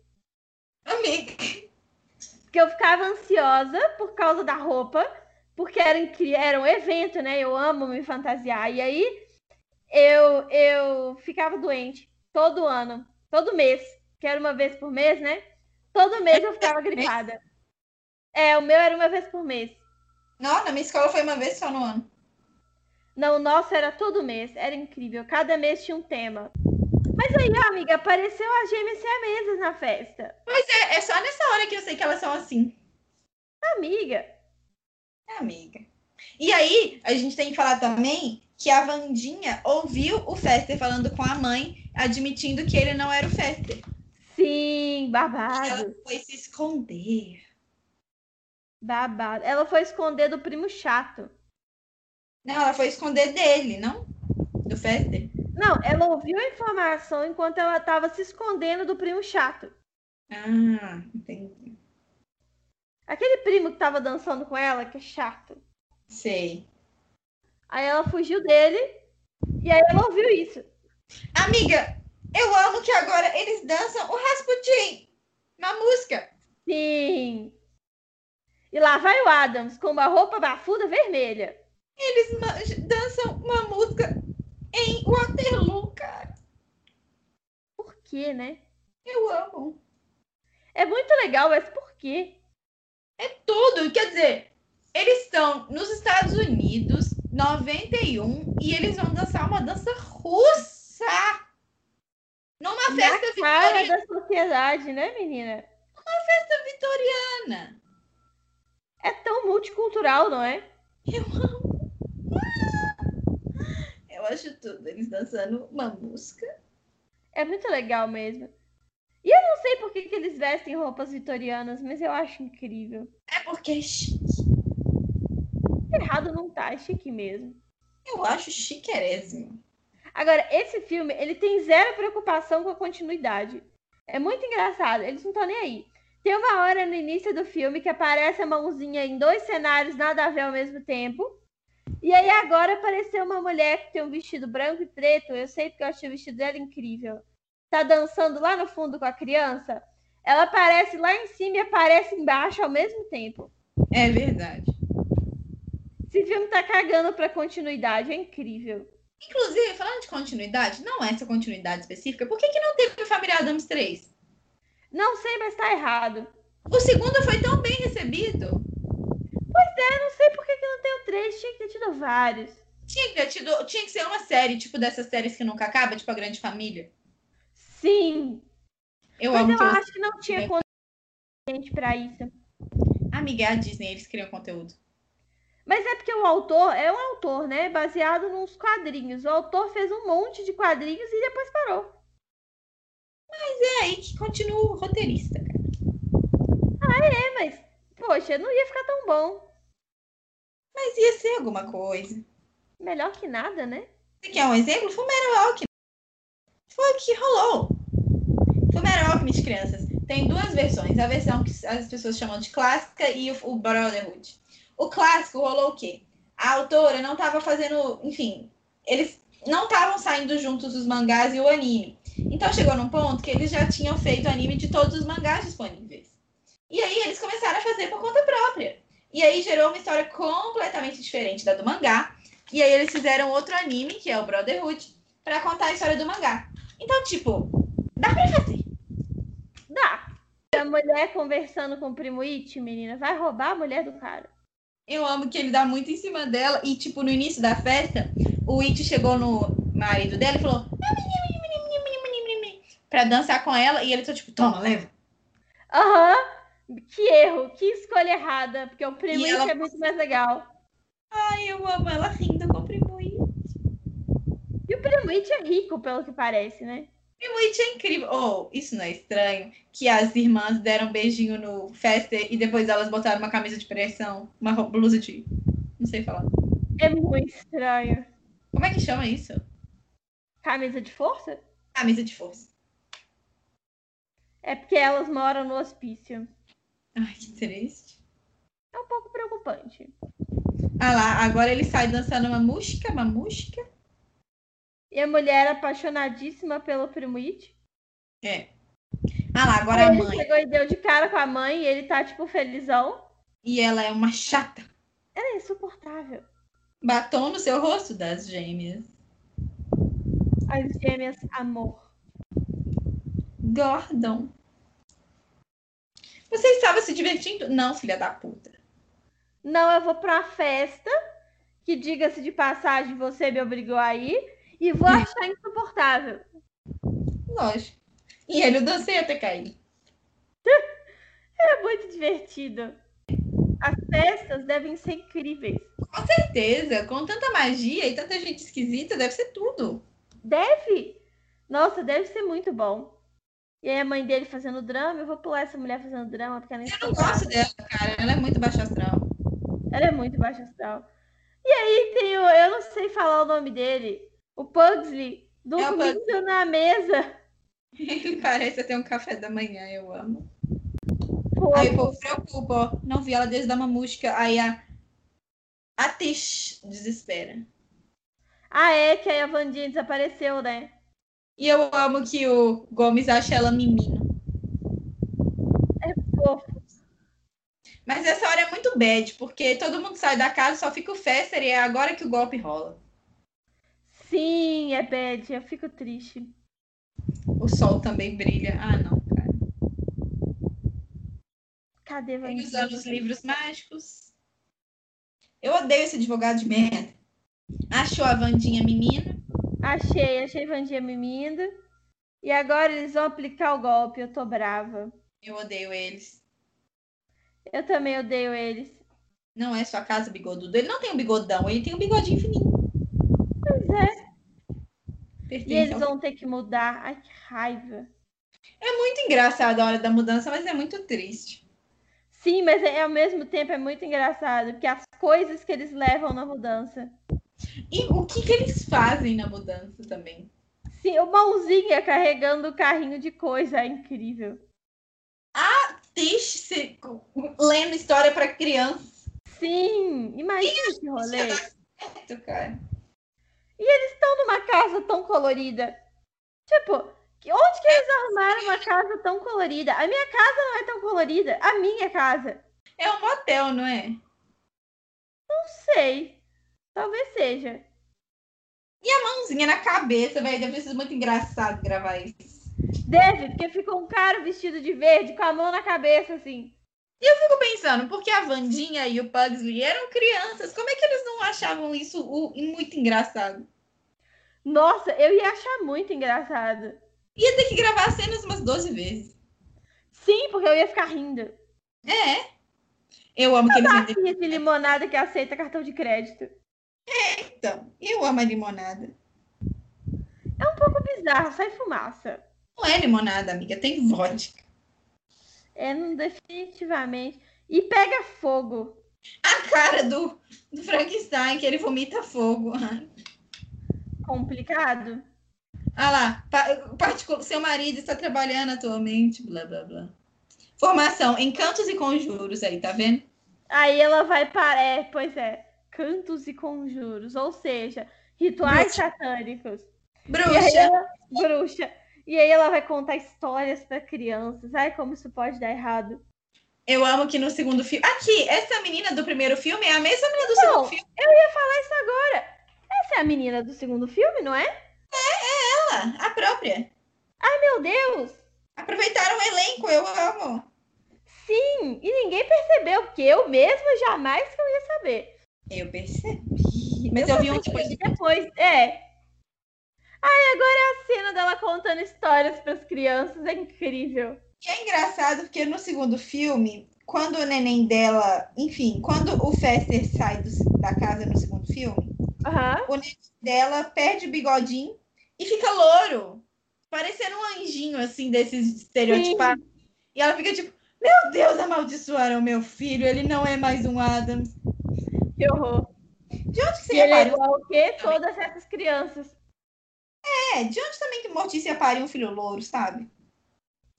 [SPEAKER 2] Amiga,
[SPEAKER 1] Porque eu ficava ansiosa por causa da roupa, porque era, incri- era um evento, né? Eu amo me fantasiar. E aí eu, eu ficava doente todo ano, todo mês, que era uma vez por mês, né? Todo mês eu ficava gripada. É, o meu era uma vez por mês.
[SPEAKER 2] não, na minha escola foi uma vez só no ano.
[SPEAKER 1] Não, o nosso era todo mês, era incrível. Cada mês tinha um tema. Mas aí, ó, amiga, apareceu a gêmea siamesas na festa.
[SPEAKER 2] É, é só nessa hora que eu sei que elas são assim.
[SPEAKER 1] Amiga,
[SPEAKER 2] Amiga. E aí, a gente tem que falar também que a Vandinha ouviu o Fester falando com a mãe, admitindo que ele não era o Fester.
[SPEAKER 1] sim, babado.
[SPEAKER 2] Ela foi se esconder.
[SPEAKER 1] Babado. Ela foi esconder do primo chato.
[SPEAKER 2] Não, ela foi esconder dele, não? Do Fester.
[SPEAKER 1] Não, ela ouviu a informação enquanto ela tava se escondendo do primo chato.
[SPEAKER 2] Ah, entendi.
[SPEAKER 1] Aquele primo que tava dançando com ela, que é chato.
[SPEAKER 2] Sei.
[SPEAKER 1] Aí ela fugiu dele e aí ela ouviu isso.
[SPEAKER 2] Amiga, eu amo que agora eles dançam o Rasputin na música.
[SPEAKER 1] Sim. E lá vai o Adams com uma roupa bafuda vermelha.
[SPEAKER 2] Eles ma- dançam uma música em Waterloo, cara.
[SPEAKER 1] Por quê, né?
[SPEAKER 2] Eu amo.
[SPEAKER 1] É muito legal, mas por quê?
[SPEAKER 2] É Tudo, quer dizer, eles estão nos Estados Unidos, 91, e eles vão dançar uma dança russa. Numa festa
[SPEAKER 1] Cara da
[SPEAKER 2] vitoriana.
[SPEAKER 1] sociedade, né, menina?
[SPEAKER 2] vitoriana.
[SPEAKER 1] É tão multicultural, não é?
[SPEAKER 2] Eu amo. Ah! Eu acho tudo. Eles dançando uma música.
[SPEAKER 1] É muito legal mesmo. E eu não sei por que, que eles vestem roupas vitorianas, mas eu acho incrível.
[SPEAKER 2] É porque é chique.
[SPEAKER 1] Errado não tá, é chique mesmo.
[SPEAKER 2] Eu acho chiquerésimo.
[SPEAKER 1] Agora, esse filme, ele tem zero preocupação com a continuidade. É muito engraçado, eles não estão nem aí. Tem uma hora no início do filme que aparece a mãozinha em dois cenários nada a ver ao mesmo tempo. E aí agora apareceu uma mulher que tem um vestido branco e preto. Eu sei porque eu achei o vestido dela incrível. Tá dançando lá no fundo com a criança. Ela aparece lá em cima e aparece embaixo ao mesmo tempo.
[SPEAKER 2] É verdade.
[SPEAKER 1] Esse filme tá cagando pra continuidade, é incrível.
[SPEAKER 2] Inclusive, falando de continuidade, não essa continuidade específica, por que, que não teve Família Adams 3?
[SPEAKER 1] Não sei, mas tá errado.
[SPEAKER 2] O segundo foi tão bem recebido.
[SPEAKER 1] Eu não sei por que, que não tem o 3, tinha que ter tido vários.
[SPEAKER 2] Tinha que, ter tido- tinha que ser uma série, tipo dessas séries que nunca acaba, tipo A Grande Família.
[SPEAKER 1] Sim,
[SPEAKER 2] Eu
[SPEAKER 1] mas
[SPEAKER 2] amo
[SPEAKER 1] eu
[SPEAKER 2] que é eles-
[SPEAKER 1] acho que não tinha conteúdo suficiente pra isso.
[SPEAKER 2] Amiga, é a Disney, eles criam conteúdo.
[SPEAKER 1] Mas é porque o autor é um autor, né? Baseado nos quadrinhos. O autor fez um monte de quadrinhos e depois parou.
[SPEAKER 2] É aí que continua o roteirista, cara.
[SPEAKER 1] É, mas, poxa, não ia ficar tão bom.
[SPEAKER 2] Mas ia ser alguma coisa.
[SPEAKER 1] Melhor que nada, né?
[SPEAKER 2] Você quer um exemplo? Fumero Alchemist. Foi o que rolou. Fumero Alchemist, crianças, tem duas versões. A versão que as pessoas chamam de clássica e o, o Brotherhood. O clássico rolou o quê? a autora não estava fazendo, enfim, eles não estavam saindo juntos os mangás e o anime. Então chegou num ponto que eles já tinham feito anime de todos os mangás disponíveis. E aí eles começaram a fazer por conta própria. E aí gerou uma história completamente diferente da do mangá. E aí eles fizeram outro anime, que é o Brotherhood, para contar a história do mangá. Então, tipo, dá pra fazer.
[SPEAKER 1] Dá. A mulher conversando com o primo It, menina, vai roubar a mulher do cara.
[SPEAKER 2] Eu amo que ele dá muito em cima dela. E, tipo, no início da festa, o It chegou no marido dela e falou: "Ah, mini, mini, mini, mini, mini, mini, mini", pra dançar com ela. E ele só, tipo, toma, leva.
[SPEAKER 1] Aham. Que erro, que escolha errada, porque o primo
[SPEAKER 2] E
[SPEAKER 1] It
[SPEAKER 2] ela-
[SPEAKER 1] é muito mais legal.
[SPEAKER 2] Ai, eu amo ela rindo com o primo It.
[SPEAKER 1] E o primo It é rico, pelo que parece, né?
[SPEAKER 2] Primo It é incrível. Oh, isso não é estranho? Que as irmãs deram um beijinho no Fester e depois elas botaram uma camisa de pressão, uma ro- blusa de. Não sei falar.
[SPEAKER 1] É muito estranho.
[SPEAKER 2] Como é que chama isso?
[SPEAKER 1] Camisa de força?
[SPEAKER 2] Camisa de força.
[SPEAKER 1] É porque elas moram no hospício.
[SPEAKER 2] Ai, que triste.
[SPEAKER 1] É um pouco preocupante.
[SPEAKER 2] Ah lá, agora ele sai dançando uma música, uma música.
[SPEAKER 1] E a mulher apaixonadíssima pelo primo It.
[SPEAKER 2] Ah lá, agora a
[SPEAKER 1] ele
[SPEAKER 2] mãe.
[SPEAKER 1] chegou e deu de cara com a mãe e ele tá, tipo, felizão.
[SPEAKER 2] E ela é uma chata.
[SPEAKER 1] Ela é insuportável.
[SPEAKER 2] Batom no seu rosto das gêmeas.
[SPEAKER 1] As gêmeas, amor.
[SPEAKER 2] Gordon. Você estava se divertindo? Não, filha da puta.
[SPEAKER 1] Não, eu vou pra uma festa, que diga-se de passagem, você me obrigou a ir. E vou achar insuportável.
[SPEAKER 2] Lógico. E ele, eu dancei até cair.
[SPEAKER 1] É muito divertido. As festas devem ser incríveis.
[SPEAKER 2] certeza, com tanta magia e tanta gente esquisita, deve ser tudo.
[SPEAKER 1] Deve? Nossa, deve ser muito bom. E aí a mãe dele fazendo drama, eu vou pular essa mulher fazendo drama, porque ela é
[SPEAKER 2] Eu não gosto dela, cara. Ela é muito baixa astral.
[SPEAKER 1] Ela é muito baixa astral. E aí tem o. Eu não sei falar o nome dele. O Pugsley
[SPEAKER 2] É o
[SPEAKER 1] dormindo na mesa.
[SPEAKER 2] Ele parece até um café da manhã, eu amo.
[SPEAKER 1] Pô,
[SPEAKER 2] Aí o povo preocupa, ó. Não vi ela desde dar uma música. Aí a. A Tish desespera.
[SPEAKER 1] Ah, é que aí a Vandinha desapareceu, né?
[SPEAKER 2] E eu amo que o Gomes acha ela menino. É
[SPEAKER 1] Pô,
[SPEAKER 2] Mas essa hora é muito bad, porque todo mundo sai da casa, só fica o Fester e é agora que o golpe rola.
[SPEAKER 1] sim, é bad. Eu fico triste.
[SPEAKER 2] O sol também brilha. Ah, não, cara.
[SPEAKER 1] Cadê a
[SPEAKER 2] Tem os
[SPEAKER 1] Vandinha?
[SPEAKER 2] anos livros mágicos. Eu odeio esse advogado de merda. Achou a Vandinha menina.
[SPEAKER 1] Achei, achei Vandinha mimindo. E agora eles vão aplicar o golpe. Eu tô brava.
[SPEAKER 2] Eu odeio eles.
[SPEAKER 1] Eu também odeio eles.
[SPEAKER 2] Não é sua casa, bigodudo. Ele não tem um bigodão, ele tem um bigodinho fininho.
[SPEAKER 1] Pois é. E
[SPEAKER 2] Pertence
[SPEAKER 1] eles
[SPEAKER 2] ao-
[SPEAKER 1] vão ter que mudar. Ai, que raiva.
[SPEAKER 2] É muito engraçado a hora da mudança, mas é muito triste.
[SPEAKER 1] Sim, mas é, ao mesmo tempo é muito engraçado, porque as coisas que eles levam na mudança.
[SPEAKER 2] E o que, que eles fazem na mudança também?
[SPEAKER 1] Sim, o mãozinha carregando o carrinho de coisa é incrível.
[SPEAKER 2] Triste se... lendo história pra criança,
[SPEAKER 1] Sim, imagina esse rolê.
[SPEAKER 2] cara.
[SPEAKER 1] Tô numa casa tão colorida. Tipo, que- onde que eles arrumaram uma casa tão colorida? A minha casa não é tão colorida. A minha casa.
[SPEAKER 2] É um motel, não é?
[SPEAKER 1] Não sei. Talvez seja.
[SPEAKER 2] Mãozinha na cabeça, velho. Deve ter sido muito engraçado gravar isso.
[SPEAKER 1] Deve, porque ficou um cara vestido de verde com a mão na cabeça, assim.
[SPEAKER 2] fico pensando, porque a Vandinha e o Pugsley eram crianças, como é que eles não achavam isso o- muito engraçado?
[SPEAKER 1] Nossa, eu ia achar muito engraçado.
[SPEAKER 2] Ia ter que gravar as cenas umas 12 vezes.
[SPEAKER 1] Sim, porque eu ia ficar rindo.
[SPEAKER 2] É. Eu amo que eles me
[SPEAKER 1] Taquinha de limonada que aceita cartão de crédito. É
[SPEAKER 2] detectam. Então, Eu amo a limonada.
[SPEAKER 1] Bizarro, sai fumaça.
[SPEAKER 2] Não é limonada, amiga, tem vodka.
[SPEAKER 1] É, não, definitivamente. E pega fogo.
[SPEAKER 2] A cara do, do Frankenstein, que ele vomita fogo.
[SPEAKER 1] Complicado?
[SPEAKER 2] Ah lá, pa- particu- seu marido está trabalhando atualmente, blá blá blá. Formação, encantos e conjuros aí, tá vendo?
[SPEAKER 1] Aí ela vai para. É, pois é. cantos e conjuros, ou seja, rituais satânicos. E aí
[SPEAKER 2] Bruxa,
[SPEAKER 1] ela, bruxa. E aí ela vai contar histórias para crianças. Ai, como isso pode dar errado.
[SPEAKER 2] eu amo que no segundo filme. Aqui, essa menina do primeiro filme é a mesma menina do
[SPEAKER 1] Então,
[SPEAKER 2] segundo filme.
[SPEAKER 1] Essa é a menina do segundo filme, não é?
[SPEAKER 2] Ela, a própria.
[SPEAKER 1] Meu Deus!
[SPEAKER 2] Aproveitaram o elenco, eu amo.
[SPEAKER 1] Sim! E ninguém percebeu, porque eu mesma jamais que eu ia saber.
[SPEAKER 2] Eu percebi. Mas eu, vi um depois.
[SPEAKER 1] E depois, é. Ai, agora é a cena dela contando histórias para as crianças, é incrível.
[SPEAKER 2] Que é engraçado porque no segundo filme, quando o neném dela, enfim, quando o Fester sai do- da casa no segundo filme,
[SPEAKER 1] Aham.
[SPEAKER 2] o neném dela perde o bigodinho e fica louro, parecendo um anjinho assim desses estereotipados. E ela fica tipo, meu Deus, amaldiçoaram meu filho, ele não é mais um Adams.
[SPEAKER 1] Que horror.
[SPEAKER 2] De onde que
[SPEAKER 1] E
[SPEAKER 2] você
[SPEAKER 1] ele é
[SPEAKER 2] reparou?
[SPEAKER 1] igual o quê? Todas essas crianças.
[SPEAKER 2] É, de onde também que Mortícia pariu um filho louro, sabe?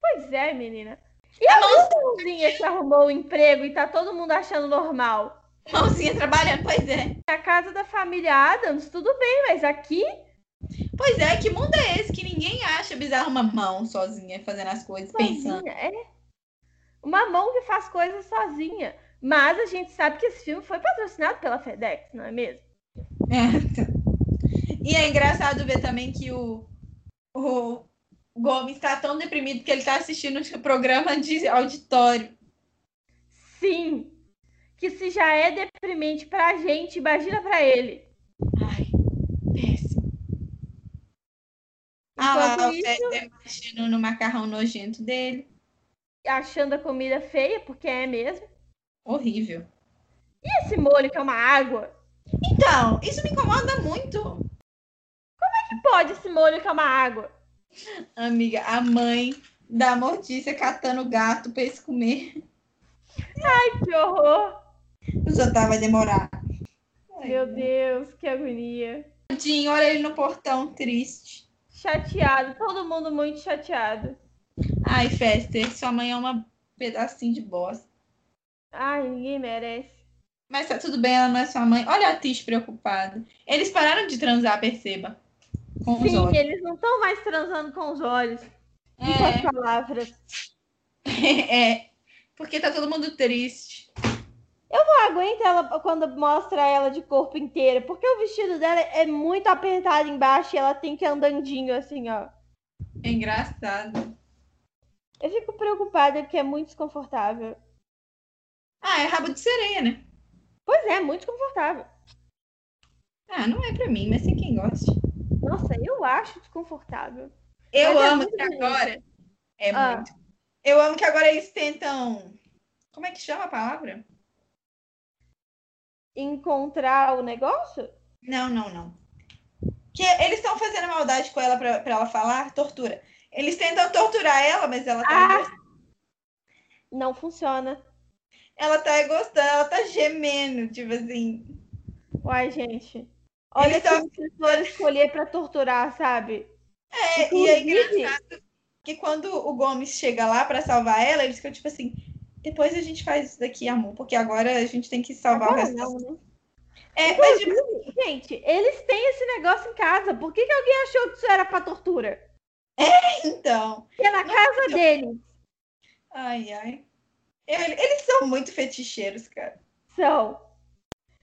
[SPEAKER 1] Pois é, menina. E a mãozinha que arrumou o emprego e tá todo mundo achando normal?
[SPEAKER 2] Mãozinha trabalhando, pois é.
[SPEAKER 1] A casa da família Adams, tudo bem, mas aqui
[SPEAKER 2] Pois é, que mundo é esse que ninguém acha bizarro uma mão sozinha fazendo as coisas, pensando?
[SPEAKER 1] sozinha, é. Uma mão que faz coisas sozinha. Mas a gente sabe que esse filme foi patrocinado pela FedEx, não é mesmo?
[SPEAKER 2] É, tá. E é engraçado ver também que o, o Gomes tá tão deprimido que ele tá assistindo um programa de auditório.
[SPEAKER 1] Sim. Que se já é deprimente pra gente, imagina pra ele.
[SPEAKER 2] Ai, péssimo. Ah lá,
[SPEAKER 1] Enquanto
[SPEAKER 2] o Fester mexendo no macarrão nojento dele.
[SPEAKER 1] Achando a comida feia, porque é mesmo.
[SPEAKER 2] Horrível.
[SPEAKER 1] E esse molho que é uma água?
[SPEAKER 2] Então, isso me incomoda muito.
[SPEAKER 1] Que pode esse molho que é uma água?
[SPEAKER 2] Amiga, a mãe da Mortícia catando o gato pra eles comer.
[SPEAKER 1] Que horror!
[SPEAKER 2] O jantar vai demorar. né?
[SPEAKER 1] Meu Deus, que agonia.
[SPEAKER 2] Tadinho, olha ele no portão, triste.
[SPEAKER 1] Chateado, todo mundo muito chateado.
[SPEAKER 2] Ai, Fester, sua mãe é uma pedacinho de bosta.
[SPEAKER 1] Ai, ninguém merece.
[SPEAKER 2] Mas tá tudo bem, ela não é sua mãe. Olha a Tish preocupada. Eles pararam de transar, perceba. Com os
[SPEAKER 1] Sim,
[SPEAKER 2] olhos.
[SPEAKER 1] eles não estão mais transando com os olhos. E com as
[SPEAKER 2] É,
[SPEAKER 1] palavras.
[SPEAKER 2] é. Porque tá todo mundo triste.
[SPEAKER 1] Não aguento ela quando mostra ela de corpo inteiro, porque o vestido dela é muito apertado embaixo e ela tem que ir andandinho assim, ó.
[SPEAKER 2] É engraçado.
[SPEAKER 1] Eu fico preocupada porque é muito desconfortável.
[SPEAKER 2] Ah, é rabo de sereia, né?
[SPEAKER 1] Pois é, muito desconfortável.
[SPEAKER 2] Ah, não é pra mim, mas tem quem goste.
[SPEAKER 1] Nossa, eu acho desconfortável.
[SPEAKER 2] Eu
[SPEAKER 1] Mas é
[SPEAKER 2] amo
[SPEAKER 1] muito
[SPEAKER 2] que
[SPEAKER 1] bonito.
[SPEAKER 2] agora. É
[SPEAKER 1] Ah.
[SPEAKER 2] muito. Eu amo que agora eles tentam. Como é que chama a palavra?
[SPEAKER 1] Encontrar o negócio?
[SPEAKER 2] Não, não, não. Que eles estão fazendo maldade com ela pra, pra ela falar, tortura. Eles tentam torturar ela, mas ela tá,
[SPEAKER 1] Ah! Não funciona.
[SPEAKER 2] ela tá gostando, ela tá gemendo, tipo assim.
[SPEAKER 1] Uai, gente. Olha
[SPEAKER 2] Eles
[SPEAKER 1] que
[SPEAKER 2] só-
[SPEAKER 1] vocês foram escolher pra torturar, sabe?
[SPEAKER 2] É, e é
[SPEAKER 1] Inclusive-
[SPEAKER 2] engraçado que quando o Gomes chega lá pra salvar ela, eles ficam tipo assim, depois a gente faz isso daqui, amor, porque agora a gente tem que salvar o
[SPEAKER 1] Agora
[SPEAKER 2] resto.
[SPEAKER 1] não, né?
[SPEAKER 2] É, mas tipo,
[SPEAKER 1] Inclusive, Gente, eles têm esse negócio em casa. Por que, que alguém achou que isso era pra tortura?
[SPEAKER 2] então.
[SPEAKER 1] Porque é na casa deles.
[SPEAKER 2] Ai, ai. Ele- Eles são muito feticheiros, cara.
[SPEAKER 1] São.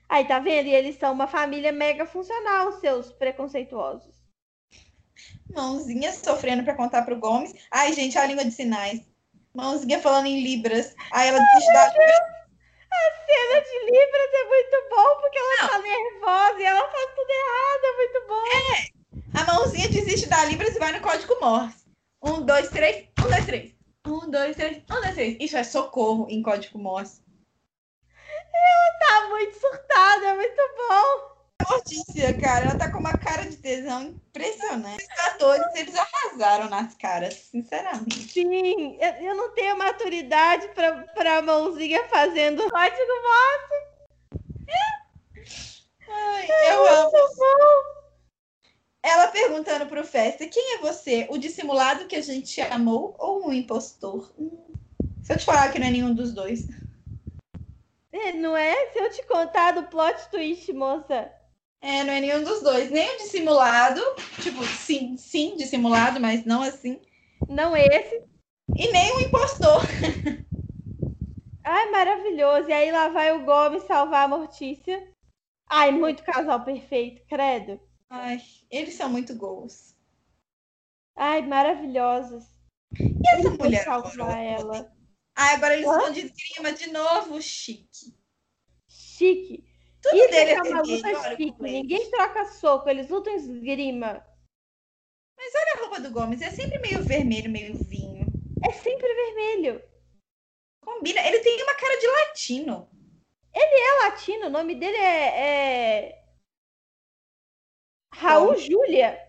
[SPEAKER 1] Aí, tá vendo? E eles são uma família mega funcional, seus preconceituosos.
[SPEAKER 2] Mãozinha sofrendo pra contar pro Gomes. Ai, gente, a língua de sinais. Mãozinha falando em libras. Aí ela desiste da
[SPEAKER 1] Cena de Libras é muito bom, porque ela tá nervosa e ela faz tudo errado, é muito bom.
[SPEAKER 2] A mãozinha desiste da Libras e vai no código Morse. Um, dois, três. Um, dois, três. Um, dois, três. Um, dois, três. Isso é socorro em código Morse.
[SPEAKER 1] Tá muito surtada, é muito bom.
[SPEAKER 2] Mortícia, cara, ela tá com uma cara de tesão impressionante. Os atores, eles arrasaram nas caras, sinceramente.
[SPEAKER 1] Sim, eu, eu não tenho maturidade pra, pra mãozinha fazendo código
[SPEAKER 2] Ai, eu amo. Ela perguntando pro Festa, quem é você? O dissimulado que a gente amou ou um impostor? Hum. Se eu te falar que não é nenhum dos dois.
[SPEAKER 1] É, Não é? Se eu te contar do plot twist, moça.
[SPEAKER 2] É, não é nenhum dos dois. Nem o dissimulado, tipo, sim, sim, dissimulado, mas não assim.
[SPEAKER 1] Não é esse.
[SPEAKER 2] E nem o impostor.
[SPEAKER 1] Ai, maravilhoso. E aí lá vai o Gomes salvar a Mortícia. Ai, muito casal perfeito, credo.
[SPEAKER 2] Ai, eles são muito gols.
[SPEAKER 1] Ai, maravilhosos.
[SPEAKER 2] E essa
[SPEAKER 1] Vou
[SPEAKER 2] mulher
[SPEAKER 1] salvar
[SPEAKER 2] agora?
[SPEAKER 1] ela.
[SPEAKER 2] Ai, agora eles
[SPEAKER 1] Hã?
[SPEAKER 2] vão de esgrima de novo, chique.
[SPEAKER 1] Chique.
[SPEAKER 2] Tudo
[SPEAKER 1] Isso
[SPEAKER 2] dele
[SPEAKER 1] é
[SPEAKER 2] é
[SPEAKER 1] uma
[SPEAKER 2] perfeito.
[SPEAKER 1] luta
[SPEAKER 2] Olha,
[SPEAKER 1] chique.
[SPEAKER 2] como é.
[SPEAKER 1] Ninguém troca soco, eles lutam esgrima.
[SPEAKER 2] Olha a roupa do Gomes, é sempre meio vermelho, meio vinho.
[SPEAKER 1] É sempre vermelho.
[SPEAKER 2] Combina, ele tem uma cara de latino.
[SPEAKER 1] É latino, o nome dele é. é... Raul Júlia.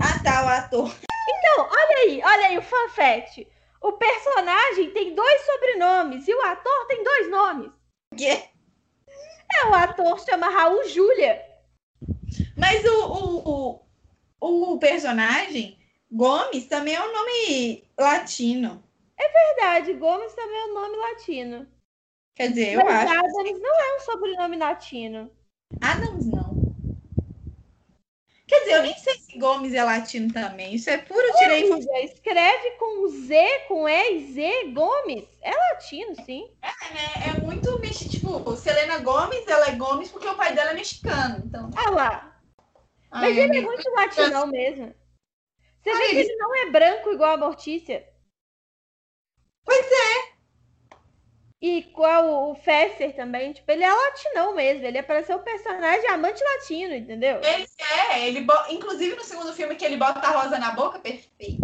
[SPEAKER 2] Ah, tá, o ator.
[SPEAKER 1] Olha aí, olha aí o fanfete. O personagem tem dois sobrenomes e o ator tem dois nomes.
[SPEAKER 2] Quê?
[SPEAKER 1] É, o ator chama Raul Júlia.
[SPEAKER 2] Mas o, o, o, o personagem, Gomes, também é um nome latino.
[SPEAKER 1] Verdade, Gomes também é um nome latino.
[SPEAKER 2] Quer dizer, eu
[SPEAKER 1] Mas
[SPEAKER 2] acho.
[SPEAKER 1] Adams não é um sobrenome latino.
[SPEAKER 2] Adams não. Quer dizer, eu nem sei se Gomes é latino também. Isso é puro tirei. informação.
[SPEAKER 1] Amiga, escreve com Z, com E e Z, Gomes. É latino, sim.
[SPEAKER 2] É, é muito mexi- Tipo, Selena Gomes, ela é Gomes porque o pai dela é mexicano. Então. Ah,
[SPEAKER 1] Ah lá.
[SPEAKER 2] Ai,
[SPEAKER 1] Mas ele é muito latinão mesmo. Você vê
[SPEAKER 2] Ai,
[SPEAKER 1] que
[SPEAKER 2] eles-
[SPEAKER 1] ele não é branco igual a Mortícia.
[SPEAKER 2] Pois
[SPEAKER 1] é. E igual o Fester também. Tipo, ele é latinão mesmo. Ele é para ser um personagem amante latino, entendeu?
[SPEAKER 2] É, ele bo- inclusive no segundo filme que ele bota a rosa na boca, perfeito.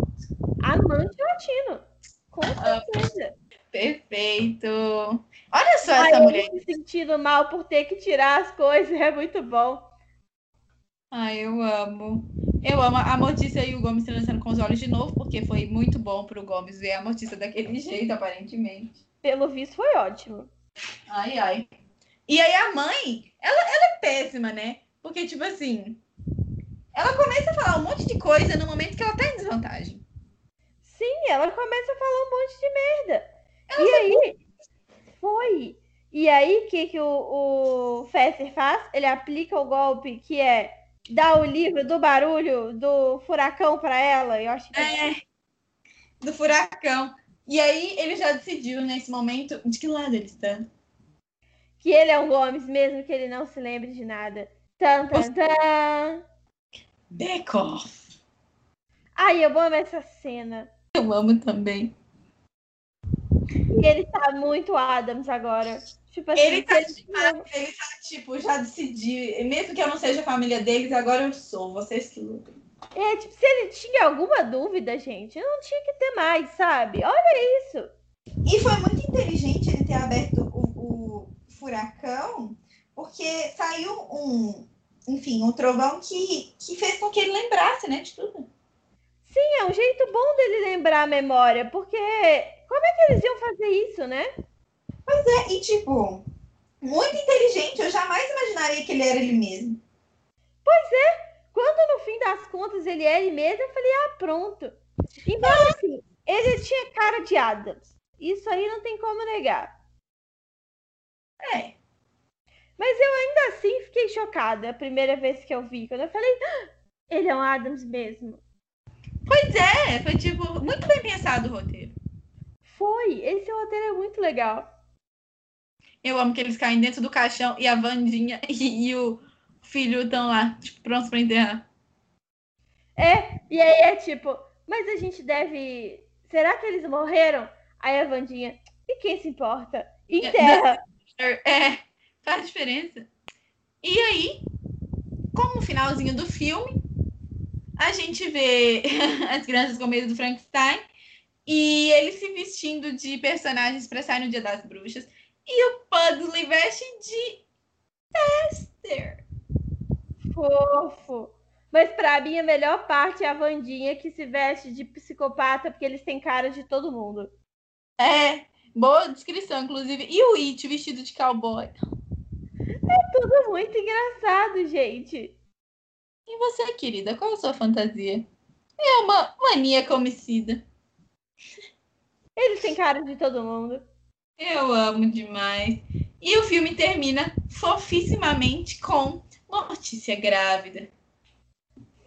[SPEAKER 1] Amante latino. Com
[SPEAKER 2] Ah,
[SPEAKER 1] certeza.
[SPEAKER 2] Perfeito. Olha só
[SPEAKER 1] Ai,
[SPEAKER 2] essa
[SPEAKER 1] eu
[SPEAKER 2] mulher.
[SPEAKER 1] me sentindo mal por ter que tirar as coisas. É muito bom.
[SPEAKER 2] Ai, eu amo. Eu amo a Mortícia e o Gomes se lançando com os olhos de novo, porque foi muito bom pro Gomes ver a Mortícia daquele jeito, aparentemente.
[SPEAKER 1] Pelo visto, foi ótimo.
[SPEAKER 2] Ai, ai. E aí a mãe, ela, ela é péssima, né? Porque, tipo assim, ela começa a falar um monte de coisa no momento que ela tá em desvantagem.
[SPEAKER 1] Sim, ela começa a falar um monte de merda. e
[SPEAKER 2] é
[SPEAKER 1] aí, foi. E aí, o que, que o, o Fester faz? Ele aplica o golpe que é dar o livro do barulho do furacão pra ela. Eu acho que
[SPEAKER 2] É. Do furacão. E aí ele já decidiu nesse momento de que lado ele está.
[SPEAKER 1] que ele é o Gomes, mesmo que ele não se lembre de nada. Tan, tan, tan.
[SPEAKER 2] Back off.
[SPEAKER 1] Ai, eu amo essa cena.
[SPEAKER 2] Eu amo também.
[SPEAKER 1] E ele tá muito Adams agora. Tipo assim,
[SPEAKER 2] Ele tá
[SPEAKER 1] se
[SPEAKER 2] demais. Ele tá, tipo, já decidi. Mesmo que eu não seja a família deles, agora eu sou. Vocês que lutem.
[SPEAKER 1] É, tipo, se ele tinha alguma dúvida, gente, não tinha que ter mais, sabe? Olha isso.
[SPEAKER 2] E foi muito inteligente ele ter aberto o, o furacão, porque saiu um. Enfim, um trovão que, que fez com que ele lembrasse, né? De tudo.
[SPEAKER 1] Sim, é um jeito bom dele lembrar a memória, porque como é que eles iam fazer isso, né?
[SPEAKER 2] É, e, tipo, muito inteligente. Eu jamais imaginaria que ele era ele mesmo.
[SPEAKER 1] Quando no fim das contas ele é ele mesmo, eu falei, ah, pronto. Embora assim, ele tinha cara de Adams. Isso aí não tem como negar.
[SPEAKER 2] É.
[SPEAKER 1] Mas eu ainda assim fiquei chocada a primeira vez que eu vi. Quando eu falei, "Ah, ele é um Adams mesmo.
[SPEAKER 2] É, foi, tipo, muito bem pensado o roteiro.
[SPEAKER 1] Foi, esse roteiro é muito legal.
[SPEAKER 2] Eu amo que eles caem dentro do caixão e a Vandinha e, e o filho estão lá, tipo, prontos pra enterrar.
[SPEAKER 1] E aí é tipo, mas a gente deve. Será que eles morreram? Aí a Vandinha, e quem se importa? Enterra.
[SPEAKER 2] É, faz diferença. E aí, como finalzinho do filme, a gente vê as crianças com medo do Frankenstein e ele se vestindo de personagens pra sair no Dia das Bruxas e o Pudsley veste de Esther.
[SPEAKER 1] Fofo. Mas pra mim a melhor parte é a Vandinha que se veste de psicopata porque eles têm cara de todo mundo.
[SPEAKER 2] É, boa descrição, inclusive. E o It vestido de cowboy.
[SPEAKER 1] Tudo muito engraçado, gente.
[SPEAKER 2] E você, querida, qual é a sua fantasia? É uma maníaca homicida.
[SPEAKER 1] Eles têm cara de todo mundo.
[SPEAKER 2] Eu amo demais. E o filme termina fofissimamente com Mortícia grávida.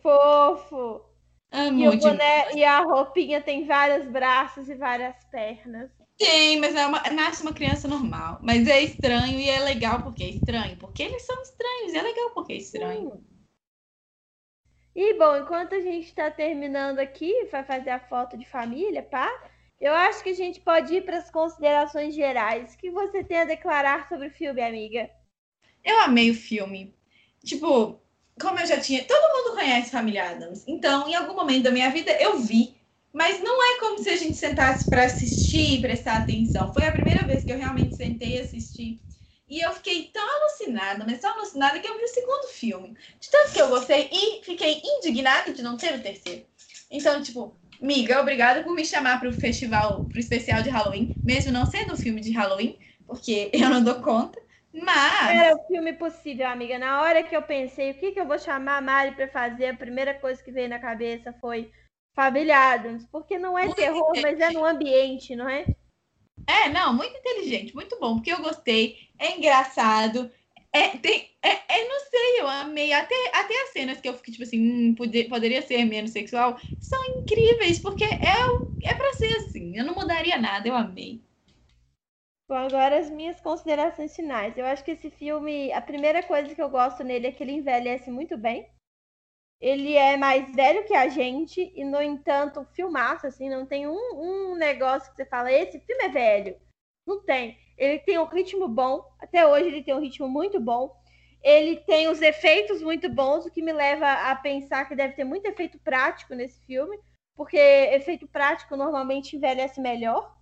[SPEAKER 1] Fofo!
[SPEAKER 2] Amo
[SPEAKER 1] E, o
[SPEAKER 2] demais.
[SPEAKER 1] boné, e a roupinha tem vários braços e várias pernas.
[SPEAKER 2] Tem, mas é uma, nasce uma criança normal. Mas é estranho e é legal porque é estranho. Porque eles são estranhos. e É legal porque é estranho.
[SPEAKER 1] E bom, enquanto a gente está terminando aqui, vai fazer a foto de família, pá. Eu acho que a gente pode ir para as considerações gerais. O que você tem a declarar sobre o filme, amiga?
[SPEAKER 2] Eu amei o filme. Tipo, como eu já tinha. Todo mundo conhece Família Adams. Então, em algum momento da minha vida, eu vi. Mas não é como se a gente sentasse pra assistir e prestar atenção. Foi a primeira vez que eu realmente sentei e assisti. E eu fiquei tão alucinada, mas tão alucinada que eu vi o segundo filme. De tanto que eu gostei e fiquei indignada de não ter o terceiro. Então, tipo, miga, obrigada por me chamar pro festival, pro especial de Halloween, mesmo não sendo um filme de Halloween, porque eu não dou conta. Ah, Mas.
[SPEAKER 1] Era o filme possível, amiga. Na hora que eu pensei, o que, que eu vou chamar a Mari para fazer, a primeira coisa que veio na cabeça foi Família Adams. Porque não é
[SPEAKER 2] Muito
[SPEAKER 1] terror, mas é no ambiente, não é?
[SPEAKER 2] É, não, muito inteligente, muito bom, porque eu gostei, é engraçado, é, tem, é, é, não sei, eu amei, até, até as cenas que eu fiquei, tipo assim, hum, pode- poderia ser menos sexual, são incríveis, porque é, o- é pra ser assim, eu não mudaria nada, eu amei.
[SPEAKER 1] Bom, agora as minhas considerações finais. Eu acho que esse filme, a primeira coisa que eu gosto nele é que ele envelhece muito bem. Ele é mais velho que a gente e, no entanto, filmaço, assim, não tem um, um negócio que você fala, esse filme é velho. Não tem. Ele tem um ritmo bom, até hoje ele tem um ritmo muito bom. Ele tem os efeitos muito bons, o que me leva a pensar que deve ter muito efeito prático nesse filme, porque efeito prático normalmente envelhece melhor.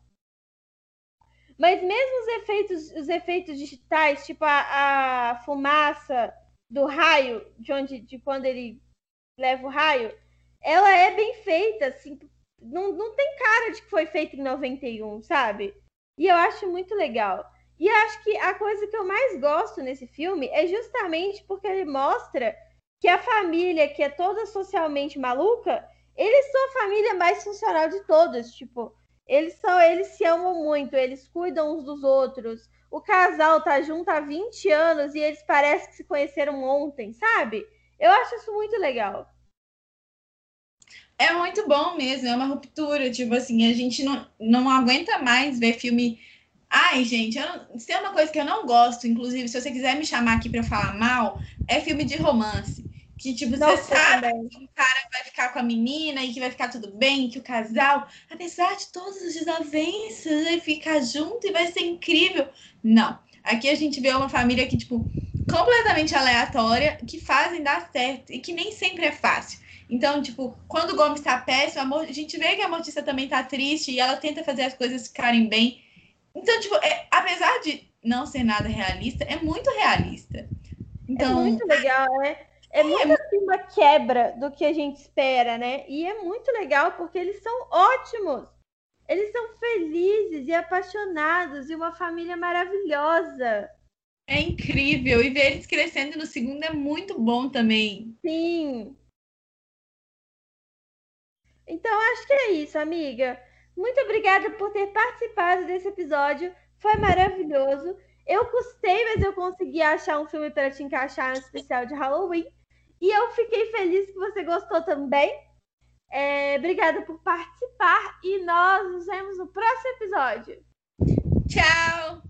[SPEAKER 1] Mas mesmo os efeitos, os efeitos digitais, tipo a, a fumaça do raio, de onde, de quando ele leva o raio, ela é bem feita, assim, não, não tem cara de que foi feita em 91, sabe? E eu acho muito legal. E eu acho que a coisa que eu mais gosto nesse filme é justamente porque ele mostra que a família, que é toda socialmente maluca, eles são a família mais funcional de todas, tipo, eles são, eles se amam muito, eles cuidam uns dos outros. O casal tá junto há 20 anos e eles parecem que se conheceram ontem, sabe? Eu acho isso muito legal.
[SPEAKER 2] É muito bom mesmo, é uma ruptura, tipo assim, a gente não, não aguenta mais ver filme. Ai, gente, eu não- se é uma coisa que eu não gosto, inclusive, se você quiser me chamar aqui pra falar mal, é filme de romance. Que, tipo, você
[SPEAKER 1] Nossa,
[SPEAKER 2] sabe.
[SPEAKER 1] também.
[SPEAKER 2] vai ficar com a menina e que vai ficar tudo bem, que o casal, apesar de todas as desavenças, vai ficar junto e vai ser incrível. Não. Aqui a gente vê uma família que, tipo, completamente aleatória, que fazem dar certo e que nem sempre é fácil. Então, tipo, quando o Gomes tá péssimo, a, Mor- a gente vê que a Mortícia também tá triste e ela tenta fazer as coisas ficarem bem. Então, tipo, é- apesar de não ser nada realista, é muito realista.
[SPEAKER 1] É
[SPEAKER 2] Então,
[SPEAKER 1] muito legal, né? É muito assim uma quebra do que a gente espera, né? E é muito legal porque eles são ótimos. Eles são felizes e apaixonados e uma família maravilhosa.
[SPEAKER 2] É incrível. E ver eles crescendo no segundo é muito bom também.
[SPEAKER 1] Sim. Então acho que é isso, amiga. Muito obrigada por ter participado desse episódio. Foi maravilhoso. Eu custei, mas eu consegui achar um filme para te encaixar no especial de Halloween. E eu fiquei feliz que você gostou também. É, obrigada por participar e nós nos vemos no próximo episódio.
[SPEAKER 2] Tchau!